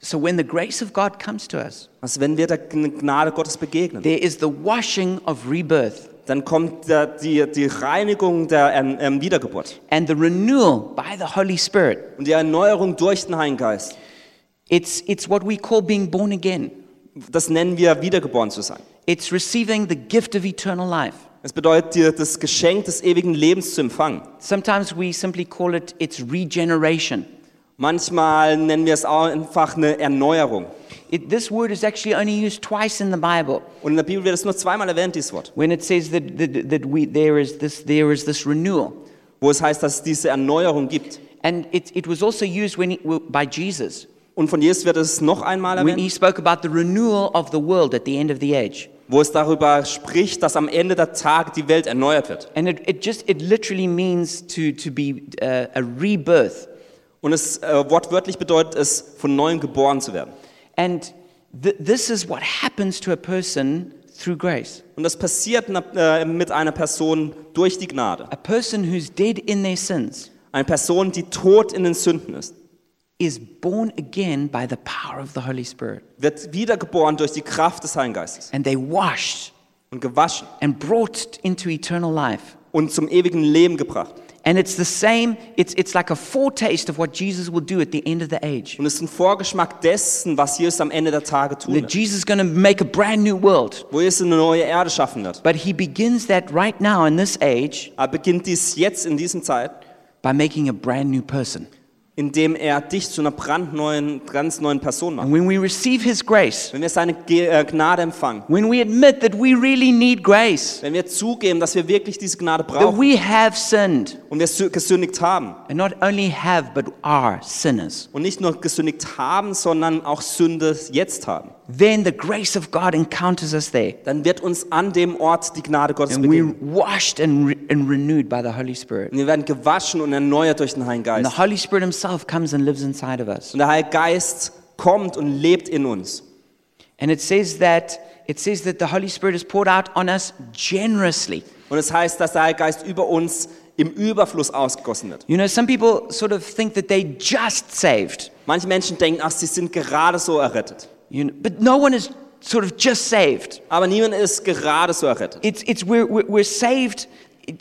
A: So when the grace of God comes to us,
B: Also wenn wir der Gnade Gottes begegnen,
A: there is the washing of rebirth
B: dann kommt der, die, die Reinigung der ähm, ähm, Wiedergeburt
A: and the renewal by the Holy Spirit.
B: und die Erneuerung durch den Heiligen Geist.
A: It's, it's what we call being born again,
B: Das nennen wir wiedergeboren zu sein.
A: it's receiving the gift of eternal life.
B: Es bedeutet, dir das Geschenk des ewigen Lebens zu empfangen.
A: Sometimes we simply call it its regeneration.
B: Manchmal nennen wir es auch einfach eine Erneuerung.
A: It, this word is actually only used twice in the Bible.
B: Und in der Bibel wird es nur zweimal erwähnt, dieses Wort,
A: when it says that, that, that we, there, is this, there is this renewal.
B: wo es heißt, dass es diese Erneuerung gibt.
A: And it, it was also used when he, by Jesus
B: Und von Jesus wird es noch einmal
A: when
B: erwähnt,
A: he spoke about the renewal of the world at the end of the age.
B: wo es darüber spricht, dass am Ende der Tag die Welt erneuert wird.
A: And it, it just, it literally means to, to be uh, a rebirth.
B: Und es äh, wortwörtlich bedeutet es, von neuem geboren zu werden.
A: And th- this is what happens to a person through grace.
B: Und das passiert na- äh, mit einer Person durch die Gnade.
A: A person who's dead in their sins
B: Eine Person, die tot in den Sünden ist,
A: is born again by the power of the Holy Spirit.
B: wird wiedergeboren durch die Kraft des Heiligen Geistes
A: And they washed
B: und gewaschen
A: and brought into eternal life.
B: und zum ewigen Leben gebracht.
A: And it's the same, it's, it's like a foretaste of what Jesus will do at the end of the age.
B: Und es ist ein Vorgeschmack dessen, was Jesus am Ende der Tage tun
A: That
B: wird,
A: Jesus is going to make a brand new world.
B: wo Jesus eine neue Erde schaffen wird.
A: But he begins that right now in this age
B: Er beginnt dies jetzt in diesem Zeit,
A: by making a brand new person.
B: indem er dich zu einer brandneuen, ganz neuen Person macht.
A: And when we receive his grace,
B: Wenn wir seine Ge äh, Gnade empfangen,
A: when we admit that we really need grace,
B: wenn wir zugeben, dass wir wirklich diese Gnade
A: that
B: brauchen
A: we have sinned,
B: und wir sü- gesündigt haben
A: and not only have, but are sinners,
B: und nicht nur gesündigt haben, sondern auch Sünde jetzt haben,
A: then the grace of God encounters us there.
B: dann wird uns an dem Ort die Gnade Gottes
A: And we're
B: begegnen.
A: washed and, re- and renewed by the Holy Spirit.
B: Und wir werden gewaschen und erneuert durch den Heiligen
A: And the
B: Geist.
A: Holy Spirit Himself comes and lives inside of us.
B: Und der Heilige Geist kommt und lebt in uns.
A: And it says that it says that the Holy Spirit is poured out on us generously.
B: Und es heißt, dass der Heilige Geist über uns im Überfluss ausgegossen wird.
A: You know, some people sort of think that they just saved,
B: Manche Menschen denken, ach, sie sind gerade so errettet.
A: you know, but no one is sort of just saved.
B: Aber niemand ist gerade so errettet.
A: It's, it's we're, we're, we're saved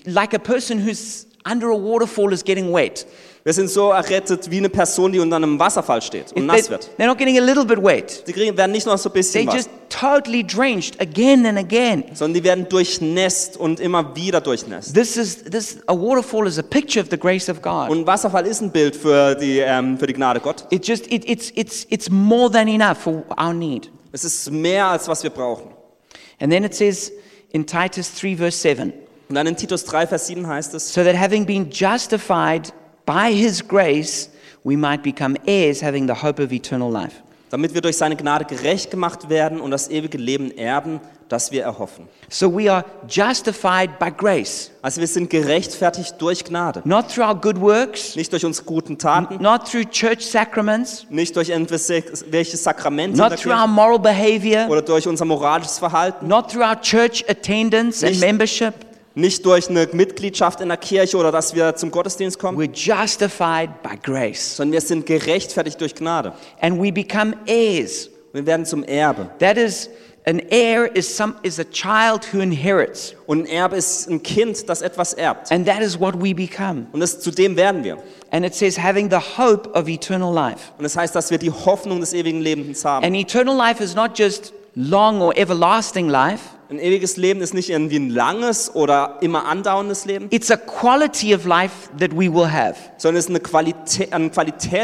A: like a person who's under a waterfall is getting wet.
B: Wir sind so errettet wie eine Person, die unter einem Wasserfall steht und nass
A: They,
B: wird.
A: they're not getting a little bit wet.
B: Die kriegen, werden nicht nur so ein
A: They
B: bisschen was,
A: just totally drenched again and again.
B: sondern die werden durchnässt und immer wieder durchnässt.
A: This is this a waterfall is a picture of the grace of God.
B: Und ein Wasserfall ist ein Bild für die, ähm, für die Gnade Gott.
A: It just it, it's it's it's more than enough for our need.
B: Es ist mehr, als was wir brauchen.
A: And then it says in Titus 3 verse 7,
B: Und dann in Titus 3, Vers 7 heißt es,
A: so that having been justified by his grace, we might become heirs having the hope of eternal life.
B: damit wir durch seine Gnade gerecht gemacht werden und das ewige Leben erben, das wir erhoffen.
A: So we are justified by grace,
B: Also wir sind gerechtfertigt durch Gnade.
A: not through our good works,
B: Nicht durch unsere guten Taten,
A: not through church sacraments,
B: nicht durch irgendwelche Sakramente in
A: not
B: der
A: through
B: Kirche
A: our moral behavior,
B: oder durch unser moralisches Verhalten,
A: not through our church attendance and
B: Nicht-
A: membership.
B: nicht durch eine Mitgliedschaft in der Kirche oder dass wir zum Gottesdienst kommen,
A: We're justified by grace
B: sondern wir sind gerechtfertigt durch Gnade.
A: and we become heirs.
B: Wir werden zum Erbe.
A: That is, an heir is, some, is a child who inherits,
B: Und ein Erbe ist ein Kind, das etwas erbt.
A: and that is what we become.
B: Und das, zu dem werden wir.
A: And it says, having the hope of eternal life.
B: Und das heißt, dass wir die Hoffnung des ewigen Lebens haben.
A: And eternal life is not just long or everlasting life,
B: Ein ewiges Leben ist nicht irgendwie ein langes oder immer andauerndes Leben,
A: it's a quality of life that we will have
B: sondern es ist eine Qualitä ein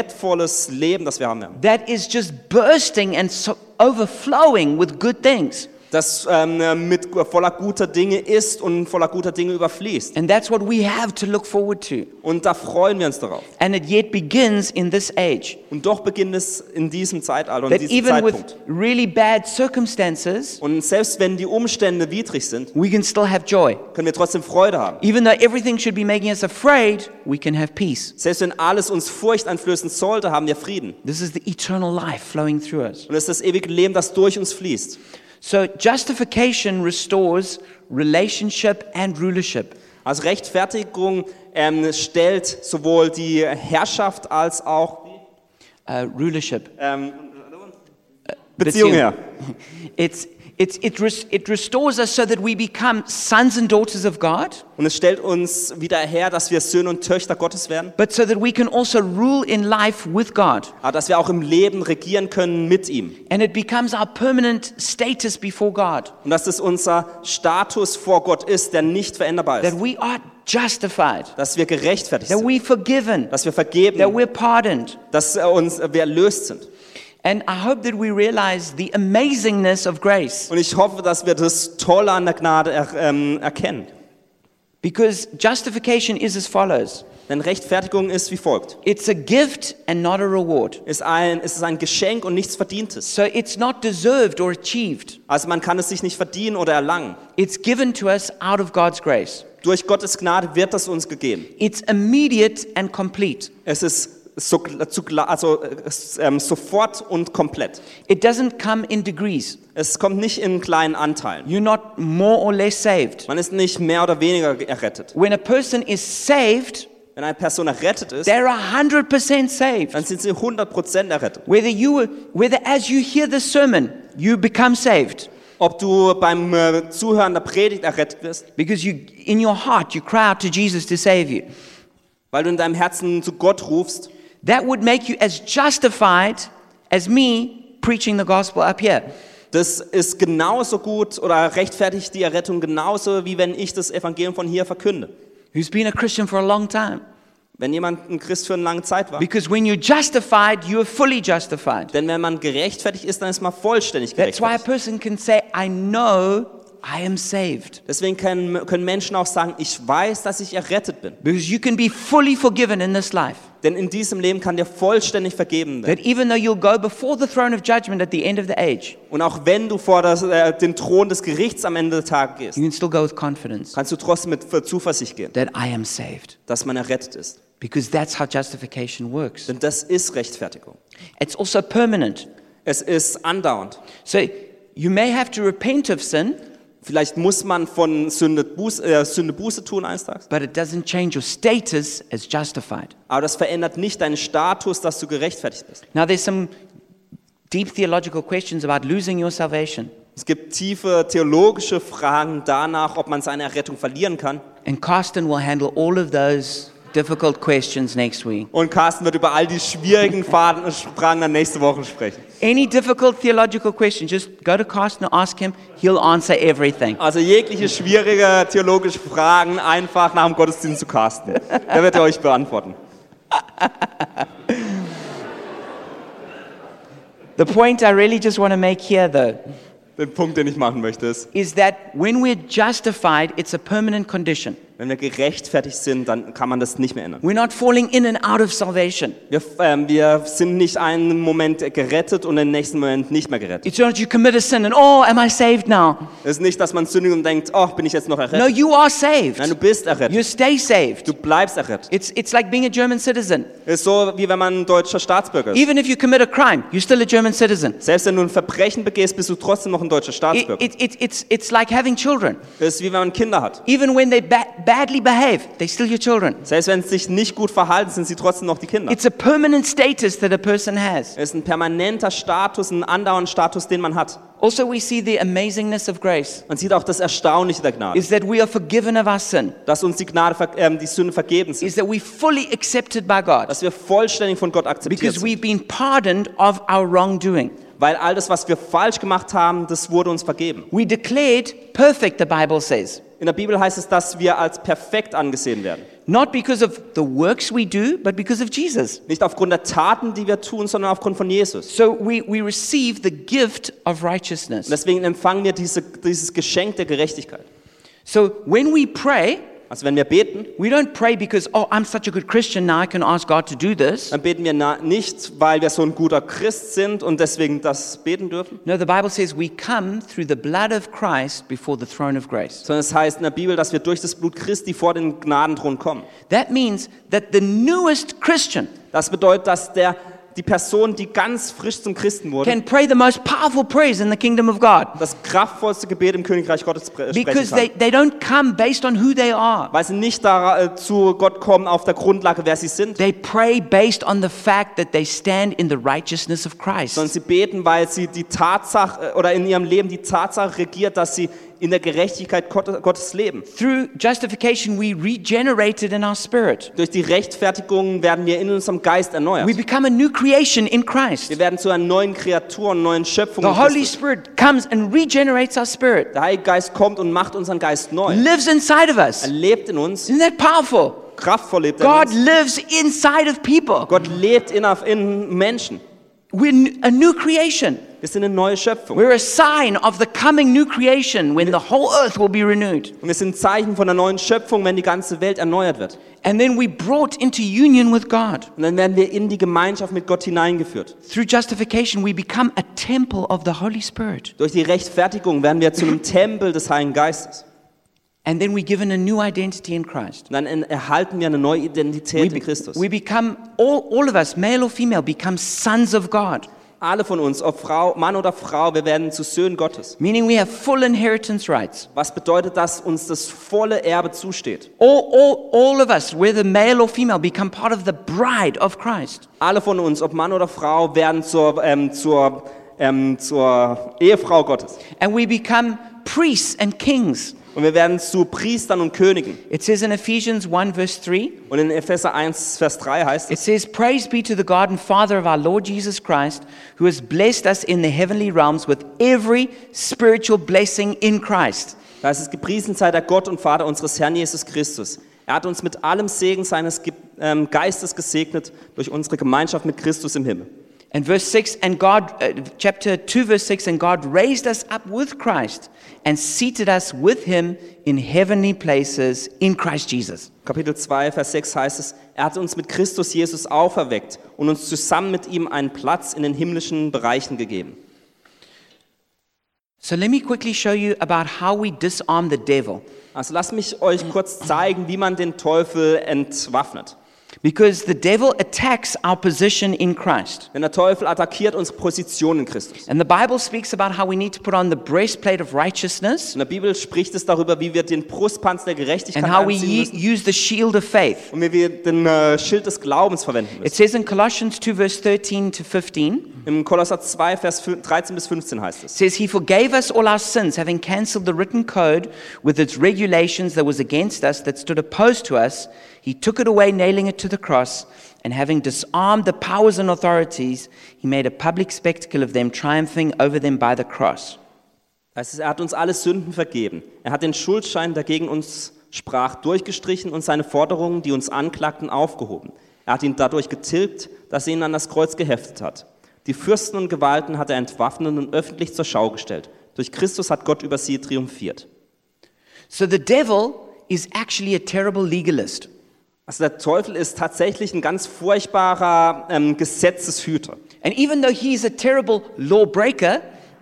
B: qualitätvolles Leben, das wir haben werden.
A: that is just bursting and so overflowing with good things.
B: Das ähm, mit voller guter Dinge ist und voller guter Dinge überfließt.
A: And that's what we have to look forward to.
B: Und da freuen wir uns darauf.
A: And it yet begins in this age.
B: Und doch beginnt es in diesem Zeitalter und
A: That
B: diesem
A: even
B: Zeitpunkt.
A: with really bad circumstances,
B: Und selbst wenn die Umstände widrig sind,
A: we can still have joy.
B: können wir trotzdem Freude haben.
A: Even though everything should be making us afraid, we can have peace.
B: Selbst wenn alles uns Furcht einflößen sollte, haben wir Frieden.
A: This is the eternal life flowing through us.
B: Und es ist das ewige Leben, das durch uns fließt.
A: So, justification restores relationship and rulership.
B: Also Rechtfertigung ähm, stellt sowohl die Herrschaft als auch
A: Uh, rulership.
B: ähm,
A: Beziehung.
B: Beziehung her.
A: It's, it's, it, res, it restores us so that we become sons and daughters of God,
B: Und es stellt uns wieder her, dass wir Söhne und Töchter Gottes werden,
A: but so that we can also rule in life with God.
B: aber dass wir auch im Leben regieren können mit ihm.
A: And it becomes our permanent status before God
B: Und dass es unser Status vor Gott ist, der nicht veränderbar
A: that
B: ist.
A: we are justified,
B: Dass wir gerechtfertigt
A: that
B: sind,
A: we're forgiven,
B: dass wir
A: that
B: vergeben,
A: we're pardoned.
B: dass äh, uns, äh, wir erlöst sind.
A: And I hope that we realize the amazingness of grace
B: Und ich hoffe, dass wir das Tolle an der Gnade er, ähm, erkennen.
A: because justification is as follows
B: Denn Rechtfertigung ist wie folgt.
A: it's a gift and not a reward.
B: Ist ein, es ist ein Geschenk und nichts Verdientes.
A: So it's not deserved or achieved,
B: Also man kann es sich nicht verdienen oder erlangen.
A: it's given to us out of God's grace.
B: Durch Gottes Gnade wird es uns gegeben.
A: It's immediate and complete.
B: Es ist so, zugla- also, äh, es, ähm, sofort und komplett.
A: It doesn't come in degrees.
B: Es kommt nicht in kleinen Anteilen.
A: You're not more or less saved.
B: Man ist nicht mehr oder weniger errettet.
A: When a person is saved,
B: Wenn eine Person errettet ist,
A: they're 100% saved.
B: dann sind sie 100% errettet.
A: Whether you were, whether as you hear this sermon, you become saved
B: Ob du beim äh, Zuhören der Predigt errettet wirst,
A: because you in your heart you cry out to Jesus to save you.
B: weil du in deinem Herzen zu Gott rufst,
A: That would make you as justified as me preaching the gospel up here.
B: das ist genauso gut oder rechtfertigt die Errettung genauso, wie wenn ich das Evangelium von hier verkünde.
A: who's been a Christian for a long time.
B: Wenn jemand ein Christ für eine lange Zeit war.
A: Because when you're justified, you are fully justified.
B: Denn wenn man gerechtfertigt ist, dann ist man vollständig
A: That's why a
B: gerechtfertigt.
A: person can say, I know I am saved.
B: Deswegen können, können Menschen auch sagen, ich weiß, dass ich errettet bin.
A: Because you can be fully forgiven in this life.
B: Denn in diesem Leben kann dir vollständig vergeben werden.
A: That even though you'll go before the throne of judgment at the end of the age,
B: Und auch wenn du vor das, äh, den Thron des Gerichts am Ende des Tages gehst,
A: you can still go with confidence
B: kannst du trotzdem mit Zuversicht gehen,
A: that I am saved.
B: dass man errettet ist.
A: Because that's how justification works.
B: Denn das ist Rechtfertigung.
A: It's also permanent.
B: Es ist andauernd.
A: So you may have to repent of sin,
B: Vielleicht muss man von Sünde Buße, äh, Sünde Buße tun eines Tages,
A: but it doesn't change your status as justified.
B: aber das verändert nicht deinen Status, dass du gerechtfertigt bist.
A: Now, there's some deep theological questions about losing your salvation
B: Es gibt tiefe theologische Fragen danach, ob man seine Errettung verlieren kann.
A: And Carsten will handle all of those difficult questions next week.
B: Und Carsten wird über all die schwierigen Faden- äh, Fragen dann nächste Woche sprechen.
A: Any difficult theological question, just go to Carsten and ask him. He'll answer everything.
B: Also jegliche schwierige theologische Fragen einfach nach dem Gottesdienst zu Carsten. Der wird er euch beantworten.
A: The point I really just want to make here, though,
B: Den Punkt, den ich machen möchte, ist,
A: is that when we're justified, it's a permanent condition.
B: wenn wir gerechtfertigt sind, dann kann man das nicht mehr ändern.
A: We're not falling in and out of salvation.
B: Wir, ähm, wir sind nicht einen Moment gerettet und den nächsten Moment nicht mehr gerettet.
A: It's not that you commit a sin and, oh, am I saved now?
B: Es ist nicht, dass man sündigt und denkt, oh, bin ich jetzt noch
A: No,
B: errettet?
A: you are
B: Nein, du
A: saved.
B: bist errettet.
A: You stay saved.
B: Du bleibst errettet.
A: It's, it's like being a German citizen.
B: Es ist so, wie wenn man ein deutscher Staatsbürger ist.
A: Even if you commit a crime, you're still a German citizen.
B: Selbst wenn du ein Verbrechen begehst, bist du trotzdem noch ein deutscher
A: It,
B: Staatsbürger.
A: it, it, it's, it's like having children.
B: Es ist wie wenn man Kinder hat.
A: Even when they ba- badly behave, they're still your children.
B: Selbst wenn sie sich nicht gut verhalten, sind sie trotzdem noch die Kinder.
A: It's a permanent status that a person has.
B: Es ist ein permanenter Status, ein andauernder Status, den man hat.
A: Also, we see the amazingness of grace
B: Man sieht auch das Erstaunliche der Gnade,
A: is that we are forgiven of our sin,
B: dass uns die Gnade, ver- ähm, die Sünde vergeben sind,
A: is that we're fully accepted by God
B: dass wir vollständig von Gott akzeptiert
A: because
B: sind,
A: we've been pardoned of our wrongdoing.
B: weil all das, was wir falsch gemacht haben, das wurde uns vergeben.
A: We declared perfect, the Bible says,
B: In der Bibel heißt es, dass wir als perfekt angesehen werden,
A: not because of the works we do, but because of Jesus.
B: nicht aufgrund der Taten, die wir tun, sondern aufgrund von Jesus.
A: So, we, we receive the gift of righteousness.
B: Und deswegen empfangen wir diese, dieses Geschenk der Gerechtigkeit.
A: So, when we pray,
B: Also wenn wir beten,
A: we don't pray because, oh, I'm such a good Christian, now I can ask God to do this.
B: dann beten wir na- nicht, weil wir so ein guter Christ sind und deswegen das beten dürfen,
A: No, the Bible says we come through the blood of Christ before the throne of grace.
B: sondern es heißt in der Bibel, dass wir durch das Blut Christi vor den Gnadenthron kommen.
A: That means that the newest Christian
B: Das bedeutet, dass der, die Person, die ganz frisch zum Christen wurde,
A: can pray the most powerful prayers in the kingdom of God
B: das kraftvollste Gebet im Königreich Gottes spre- sprechen
A: because they,
B: kann.
A: they don't come based on who they are.
B: Weil sie nicht da, äh, zu Gott kommen auf der Grundlage, wer sie sind,
A: They pray based on the fact that they stand in the righteousness of
B: sondern
A: Christ.
B: sie beten, weil sie die Tatsache äh, oder in ihrem Leben die Tatsache regiert, dass sie in der Gerechtigkeit Gott- Gottes leben.
A: Through justification, we regenerated in our spirit.
B: Durch die Rechtfertigung werden wir in unserem Geist erneuert.
A: We become a new creation in Christ.
B: Wir werden zu einer neuen Kreatur, einer neuen Schöpfung.
A: The
B: in
A: Holy
B: Christus.
A: Spirit comes and regenerates our spirit,
B: Der Heilige Geist kommt und macht unseren Geist neu.
A: lives inside of
B: Er
A: us.
B: lebt in uns,
A: Isn't that powerful?
B: kraftvoll lebt er
A: God
B: in uns.
A: lives inside of people.
B: Gott lebt in, in Menschen.
A: We're n- a new creation.
B: Wir sind eine neue Schöpfung.
A: We're a sign of the coming new creation when the whole earth will be renewed.
B: Und wir sind Zeichen von der neuen Schöpfung, wenn die ganze Welt erneuert wird.
A: And then we brought into union with God.
B: Und dann werden wir in die Gemeinschaft mit Gott hineingeführt.
A: Through justification, we become a temple of the Holy Spirit.
B: Durch die Rechtfertigung werden wir zu einem Tempel des Heiligen Geistes.
A: And then we're given a new identity in Christ.
B: Und dann en- erhalten wir eine neue Identität in
A: be-
B: Christus.
A: we become, all, all of us, male or female, become sons of God,
B: Alle von uns, ob Frau, Mann oder Frau, wir werden zu Söhnen Gottes.
A: meaning we have full inheritance rights.
B: Was bedeutet, dass uns das volle Erbe zusteht?
A: All, all, all of us, whether male or female, become part of the bride of Christ.
B: Alle von uns, ob Mann oder Frau, werden zur, ähm, zur, ähm, zur Ehefrau Gottes.
A: And we become priests and kings.
B: und wir werden zu Priestern und Königen.
A: It says in Ephesians 1, verse 3,
B: Und in Epheser 1, Vers 3 heißt
A: it
B: es,
A: says, Praise be to the God and Father of our Lord Jesus Christ, who has blessed us in the heavenly realms with every spiritual blessing in Christ.
B: da ist es gepriesen sei der Gott und Vater unseres Herrn Jesus Christus. Er hat uns mit allem Segen seines Ge ähm, Geistes gesegnet durch unsere Gemeinschaft mit Christus im Himmel.
A: And verse 6, and God, uh, chapter 2, verse 6, and God raised us up with Christ and seated us with him in heavenly places in Christ Jesus.
B: Kapitel 2, Vers 6 heißt es, er hat uns mit Christus Jesus auferweckt und uns zusammen mit ihm einen Platz in den himmlischen Bereichen gegeben.
A: So let me quickly show you about how we disarm the devil.
B: Also lasst mich euch kurz zeigen, wie man den Teufel entwaffnet.
A: Because the devil attacks our position in Christ.
B: Denn der Teufel attackiert unsere Position in Christus.
A: And the Bible speaks about how we need to put on the breastplate of righteousness
B: In der Bibel spricht es darüber, wie wir den Brustpanzer der
A: and
B: Gerechtigkeit
A: how we
B: anziehen
A: ye-
B: müssen
A: use the shield of faith.
B: und wie wir den äh, Schild des Glaubens verwenden
A: It
B: müssen.
A: says in Colossians 2, verse 13 to 15.
B: Im Kolosser 2, Vers 5 13 bis 15 heißt es.
A: says he forgave us all our sins having cancelled the written code with its regulations that was against us that stood opposed to us he took it away nailing it to the cross and having disarmed the powers and authorities he made a public spectacle of them triumphing over them by the cross
B: Das heißt, er hat uns alle Sünden vergeben. Er hat den Schuldschein, der gegen uns sprach, durchgestrichen und seine Forderungen, die uns anklagten, aufgehoben. Er hat ihn dadurch getilgt, dass er ihn an das Kreuz geheftet hat. Die Fürsten und Gewalten hat er entwaffnet und öffentlich zur Schau gestellt. Durch Christus hat Gott über sie triumphiert.
A: so the devil is actually a terrible legalist
B: Also der Teufel ist tatsächlich ein ganz furchtbarer ähm, Gesetzeshüter.
A: and even though he's a terrible lawbreaker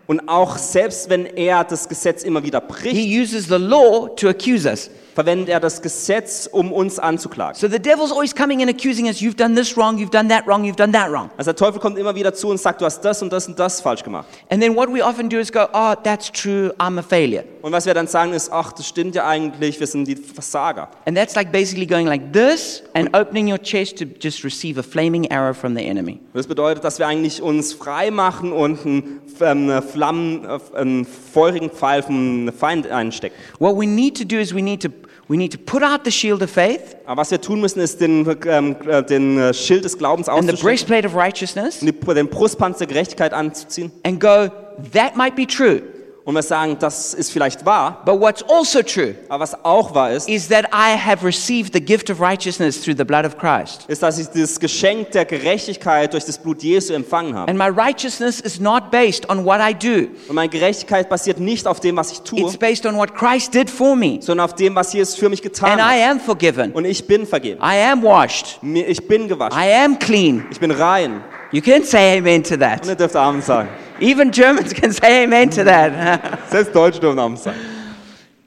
B: Und auch selbst wenn er das Gesetz immer wieder
A: he
B: bricht,
A: uses the law to accuse us
B: verwendet er das Gesetz, um uns anzuklagen.
A: so the devil's always coming and accusing us you've done this wrong you've done that wrong you've done that wrong
B: Also der Teufel kommt immer wieder zu und sagt, du hast das und das und das falsch gemacht.
A: And then what we often do is go, oh, that's true, I'm a failure.
B: Und was wir dann sagen ist, ach, das stimmt ja eigentlich, wir sind die Versager.
A: And that's like basically going like this and opening your chest to just receive a flaming arrow from the enemy.
B: Und das bedeutet, dass wir eigentlich uns frei machen und einen, ähm, eine Flammen, äh, einen feurigen Pfeil vom Feind einstecken.
A: What we need to do is we need to, we need to put out the shield of faith
B: Aber was wir tun müssen, ist den, ähm, äh, den äh, Schild des Glaubens
A: and the
B: auszustecken,
A: breastplate of righteousness
B: und die- den Brustpanzer der Gerechtigkeit anzuziehen.
A: and go, that might be true.
B: Und wir sagen, das ist vielleicht wahr,
A: But what's also true
B: aber was auch wahr ist,
A: is that I have received the gift of righteousness through the blood of Christ.
B: ist, dass ich das Geschenk der Gerechtigkeit durch das Blut Jesu empfangen habe.
A: And my righteousness is not based on what I do.
B: Und meine Gerechtigkeit basiert nicht auf dem, was ich
A: It's
B: tue,
A: based on what Christ did for me.
B: sondern auf dem, was Jesus für mich
A: And
B: getan
A: I
B: hat.
A: am forgiven.
B: Und ich bin vergeben.
A: I am washed.
B: Mir- Ich bin gewaschen.
A: I am clean.
B: Ich bin rein.
A: You can say amen to
B: Und
A: that.
B: ihr dürft Abend sagen.
A: Even Germans can say amen to that.
B: Selbst Deutsche dürfen Abend sagen.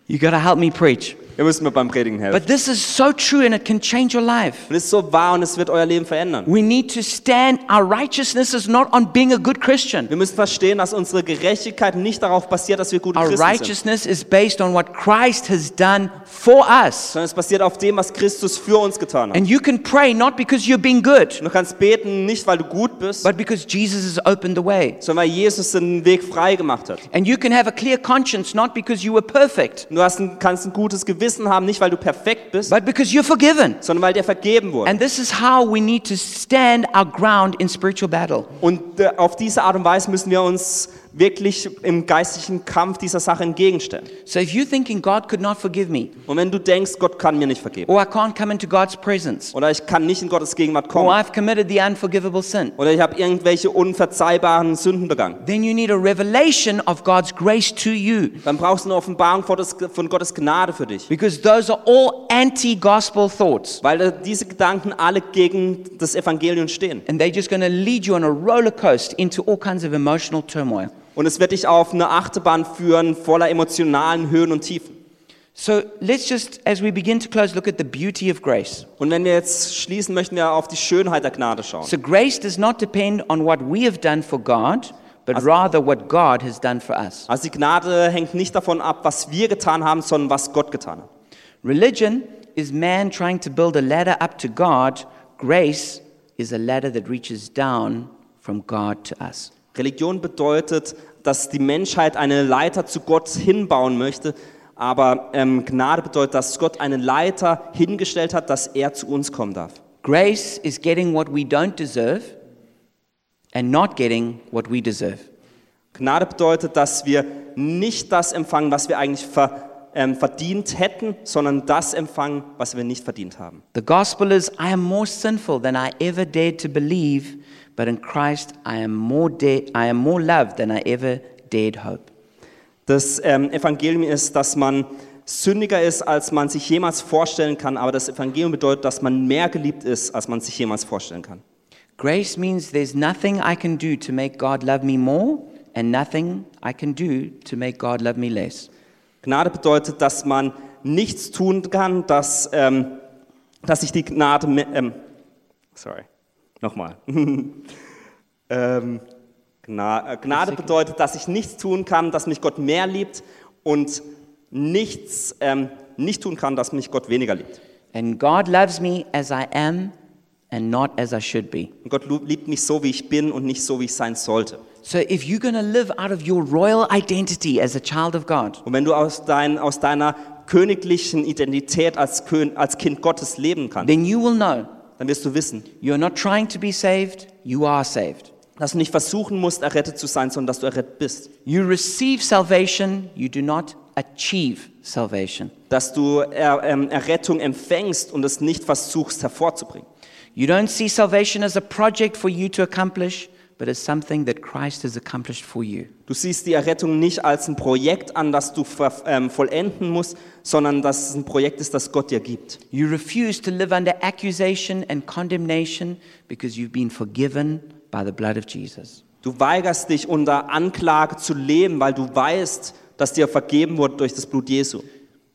A: you got to help me preach.
B: Ihr müsst mir beim Predigen helfen.
A: But this is so true and it can change your life.
B: Und es ist so wahr und es wird euer Leben verändern.
A: We need to stand. Our righteousness is not on being a good Christian.
B: Wir müssen verstehen, dass unsere Gerechtigkeit nicht darauf basiert, dass wir gute
A: Our
B: Christen sind,
A: righteousness is based on what Christ has done for us.
B: sondern es basiert auf dem, was Christus für uns getan hat.
A: And you can pray not because you're being good,
B: Und du kannst beten, nicht weil du gut bist,
A: but because Jesus has opened the way.
B: sondern weil Jesus den Weg frei gemacht hat.
A: And you can have a clear conscience not because you were perfect,
B: Und du hast ein, kannst ein gutes Gewissen haben, nicht weil du perfekt bist,
A: but because you're forgiven.
B: sondern weil dir vergeben wurde.
A: And this is how we need to stand our ground in spiritual battle.
B: Und äh, auf diese Art und Weise müssen wir uns wirklich im geistlichen Kampf dieser Sache entgegenstellen.
A: So if you're thinking God could not forgive me,
B: Und wenn du denkst, Gott kann mir nicht vergeben,
A: or I can't come into God's presence,
B: oder ich kann nicht in Gottes Gegenwart
A: or
B: kommen,
A: I've committed the unforgivable sin,
B: oder ich habe irgendwelche unverzeihbaren Sünden begangen,
A: then you need a revelation of God's grace to you.
B: dann brauchst du eine Offenbarung von Gottes- von Gottes Gnade für dich.
A: Because those are all anti gospel thoughts.
B: Weil äh, diese Gedanken alle gegen das Evangelium stehen.
A: And they're just going to lead you on a roller coaster into all kinds of emotional turmoil.
B: Und es wird dich auf eine Achterbahn führen voller emotionalen Höhen und Tiefen.
A: So let's just, as we begin to close, look at the beauty of grace.
B: Und wenn wir jetzt schließen, möchten wir auf die Schönheit der Gnade schauen.
A: So grace does not depend on what we have done for God, but rather what God has done for us.
B: Also die Gnade hängt nicht davon ab, was wir getan haben, sondern was Gott getan hat.
A: Religion is man trying to build a ladder up to God. Grace is a ladder that reaches down from God to us.
B: Religion bedeutet, dass die Menschheit eine Leiter zu Gott hinbauen möchte Aber ähm, Gnade bedeutet, dass Gott einen Leiter hingestellt hat, dass er zu uns kommen darf.
A: Grace is getting what we don't deserve and not getting what we deserve.
B: Gnade bedeutet, dass wir nicht das empfangen, was wir eigentlich ver, ähm, verdient hätten, sondern das empfangen, was wir nicht verdient haben.
A: The gospel is I am more sinful than I ever dared to believe, but in Christ I am more da- I am more loved than I ever dared hope.
B: Das ähm, Evangelium ist, dass man sündiger ist, als man sich jemals vorstellen kann, aber das Evangelium bedeutet, dass man mehr geliebt ist, als man sich jemals vorstellen kann.
A: Grace means there's nothing I can do to make God love me more and nothing I can do to make God love me less.
B: Gnade bedeutet, dass man nichts tun kann, dass, ähm, dass sich die Gnade. me- Ähm, sorry, nochmal. ähm, Gna äh, Gnade bedeutet, dass ich nichts tun kann, dass mich Gott mehr liebt und nichts ähm, nicht tun kann, dass mich Gott weniger liebt.
A: And God loves me as I am and not as I should be.
B: Und Gott lu- liebt mich so, wie ich bin und nicht so, wie ich sein sollte.
A: So if you're going to live out of your royal identity as a child of God,
B: Und wenn du aus, dein, aus deiner königlichen Identität als, Kön als Kind Gottes leben kannst,
A: then you will know
B: dann wirst du wissen,
A: you're not trying to be saved, you are saved.
B: dass du nicht versuchen musst, errettet zu sein, sondern dass du errettet bist.
A: You receive salvation, you do not achieve salvation.
B: Dass du er, ähm, Errettung empfängst und es nicht versuchst hervorzubringen.
A: You don't see salvation as a project for you to accomplish, but as something that Christ has accomplished for you.
B: Du siehst die Errettung nicht als ein Projekt an, das du ver, ähm, vollenden musst, sondern dass es ein Projekt ist, das Gott dir gibt.
A: You refuse to live under accusation and condemnation because you've been forgiven by the blood of Jesus.
B: Du weigerst dich unter Anklage zu leben, weil du weißt, dass dir vergeben wurde durch das Blut Jesu.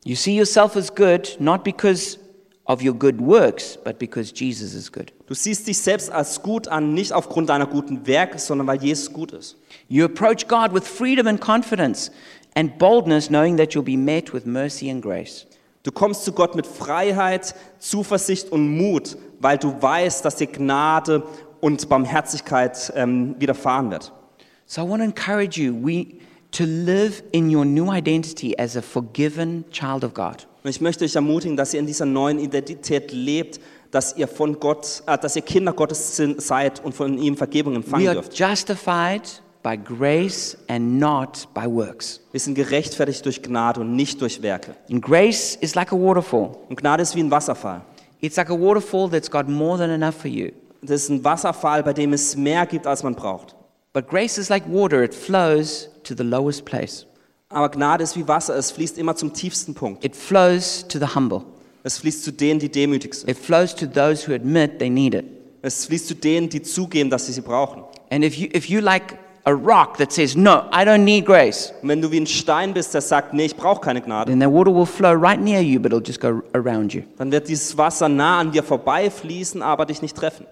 A: You see yourself as good, not because of your good works, but because Jesus is good.
B: Du siehst dich selbst als gut an, nicht aufgrund deiner guten Werke, sondern weil Jesus gut ist.
A: You approach God with freedom and confidence and boldness, knowing that you'll be met with mercy and grace.
B: Du kommst zu Gott mit Freiheit, Zuversicht und Mut, weil du weißt, dass dir Gnade und Barmherzigkeit ähm, widerfahren wird.
A: So I want to encourage you we, to live in your new identity as a forgiven child of God.
B: Und ich möchte euch ermutigen, dass ihr in dieser neuen Identität lebt, dass ihr von Gott, äh, dass ihr Kinder Gottes sind, seid und von ihm Vergebung
A: We
B: empfangen
A: are
B: dürft.
A: justified by grace and not by works.
B: Wir sind gerechtfertigt durch Gnade und nicht durch Werke.
A: And grace is like a waterfall.
B: Und Gnade ist wie ein Wasserfall.
A: It's like a waterfall that's got more than enough for you.
B: Das ist ein Wasserfall, bei dem es mehr gibt, als man braucht.
A: But grace is like water, it flows to the lowest place,
B: Aber Gnade ist wie Wasser, es fließt immer zum tiefsten Punkt.
A: it flows to the humble,
B: Es fließt zu denen, die demütig sind.
A: it flows to those who admit they need it.
B: Es fließt zu denen, die zugeben, dass sie sie brauchen.
A: And if you, if you like a rock that says, No, I don't need grace,
B: Und wenn du wie ein Stein bist, der sagt, nee, ich brauche keine Gnade,
A: then the water will flow right near you, but it'll just go around you.
B: dann wird dieses Wasser nah an dir vorbeifließen, aber dich nicht treffen.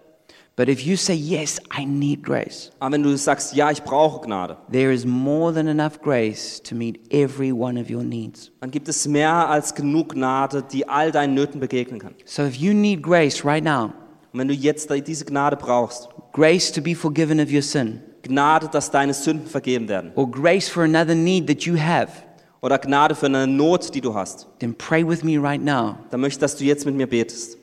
A: But if you say, Yes, I need grace,
B: Aber wenn du sagst, ja, ich brauche Gnade,
A: there is more than enough grace to meet every one of your needs.
B: dann gibt es mehr als genug Gnade, die all deinen Nöten begegnen kann.
A: So if you need grace right now,
B: Und wenn du jetzt diese Gnade brauchst,
A: grace to be forgiven of your sin,
B: Gnade, dass deine Sünden vergeben werden,
A: or grace for another need that you have,
B: oder Gnade für eine Not, die du hast,
A: then pray with me right now.
B: dann möchte ich, dass du jetzt mit mir betest.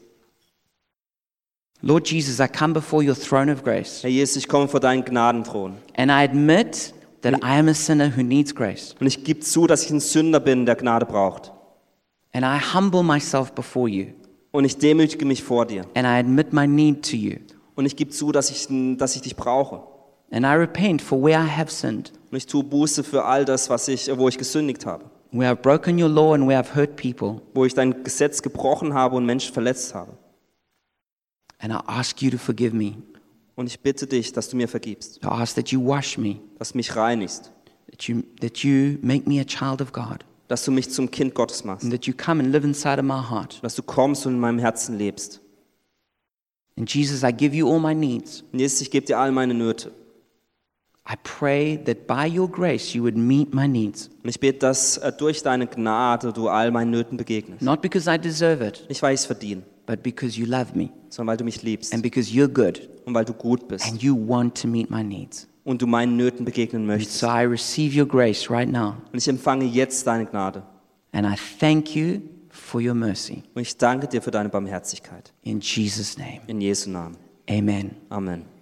A: Lord Jesus, I come before your throne of grace,
B: Herr Jesus, ich komme vor deinen Gnadenthron.
A: and I admit that I am a sinner who needs grace.
B: Und ich gebe zu, dass ich ein Sünder bin, der Gnade braucht.
A: And I humble myself before you,
B: Und ich demütige mich vor dir.
A: and I admit my need to you,
B: Und ich gebe zu, dass ich, dass ich dich brauche.
A: and I repent for where I have sinned,
B: Und ich tue Buße für all das, was ich, wo ich gesündigt habe,
A: where I've broken your law, and where I've hurt people.
B: wo ich dein Gesetz gebrochen habe und Menschen verletzt habe.
A: And I ask you to forgive me.
B: Und ich bitte dich, dass du mir vergibst,
A: I ask that you wash me,
B: dass du mich reinigst,
A: that you, that you make me a child of God,
B: dass du mich zum Kind Gottes machst,
A: and that you come and live inside of my heart.
B: dass du kommst und in meinem Herzen lebst.
A: And Jesus, I give you all my needs.
B: Und Jesus, ich gebe dir all meine Nöte.
A: I pray that by your grace you would meet my needs,
B: Und ich bete, dass äh, durch deine Gnade du all meinen Nöten begegnest.
A: not because I deserve it,
B: Nicht, weil ich es verdiene,
A: but because you love me
B: sondern weil du mich liebst
A: and because you're good
B: und weil du gut bist
A: and you want to meet my needs.
B: und du meinen Nöten begegnen
A: So
B: möchtest.
A: I receive your grace right now
B: Und ich empfange jetzt deine Gnade.
A: And I thank you for your mercy.
B: Und ich danke dir für deine Barmherzigkeit.
A: In Jesus' name,
B: In Jesu Namen.
A: amen.
B: Amen.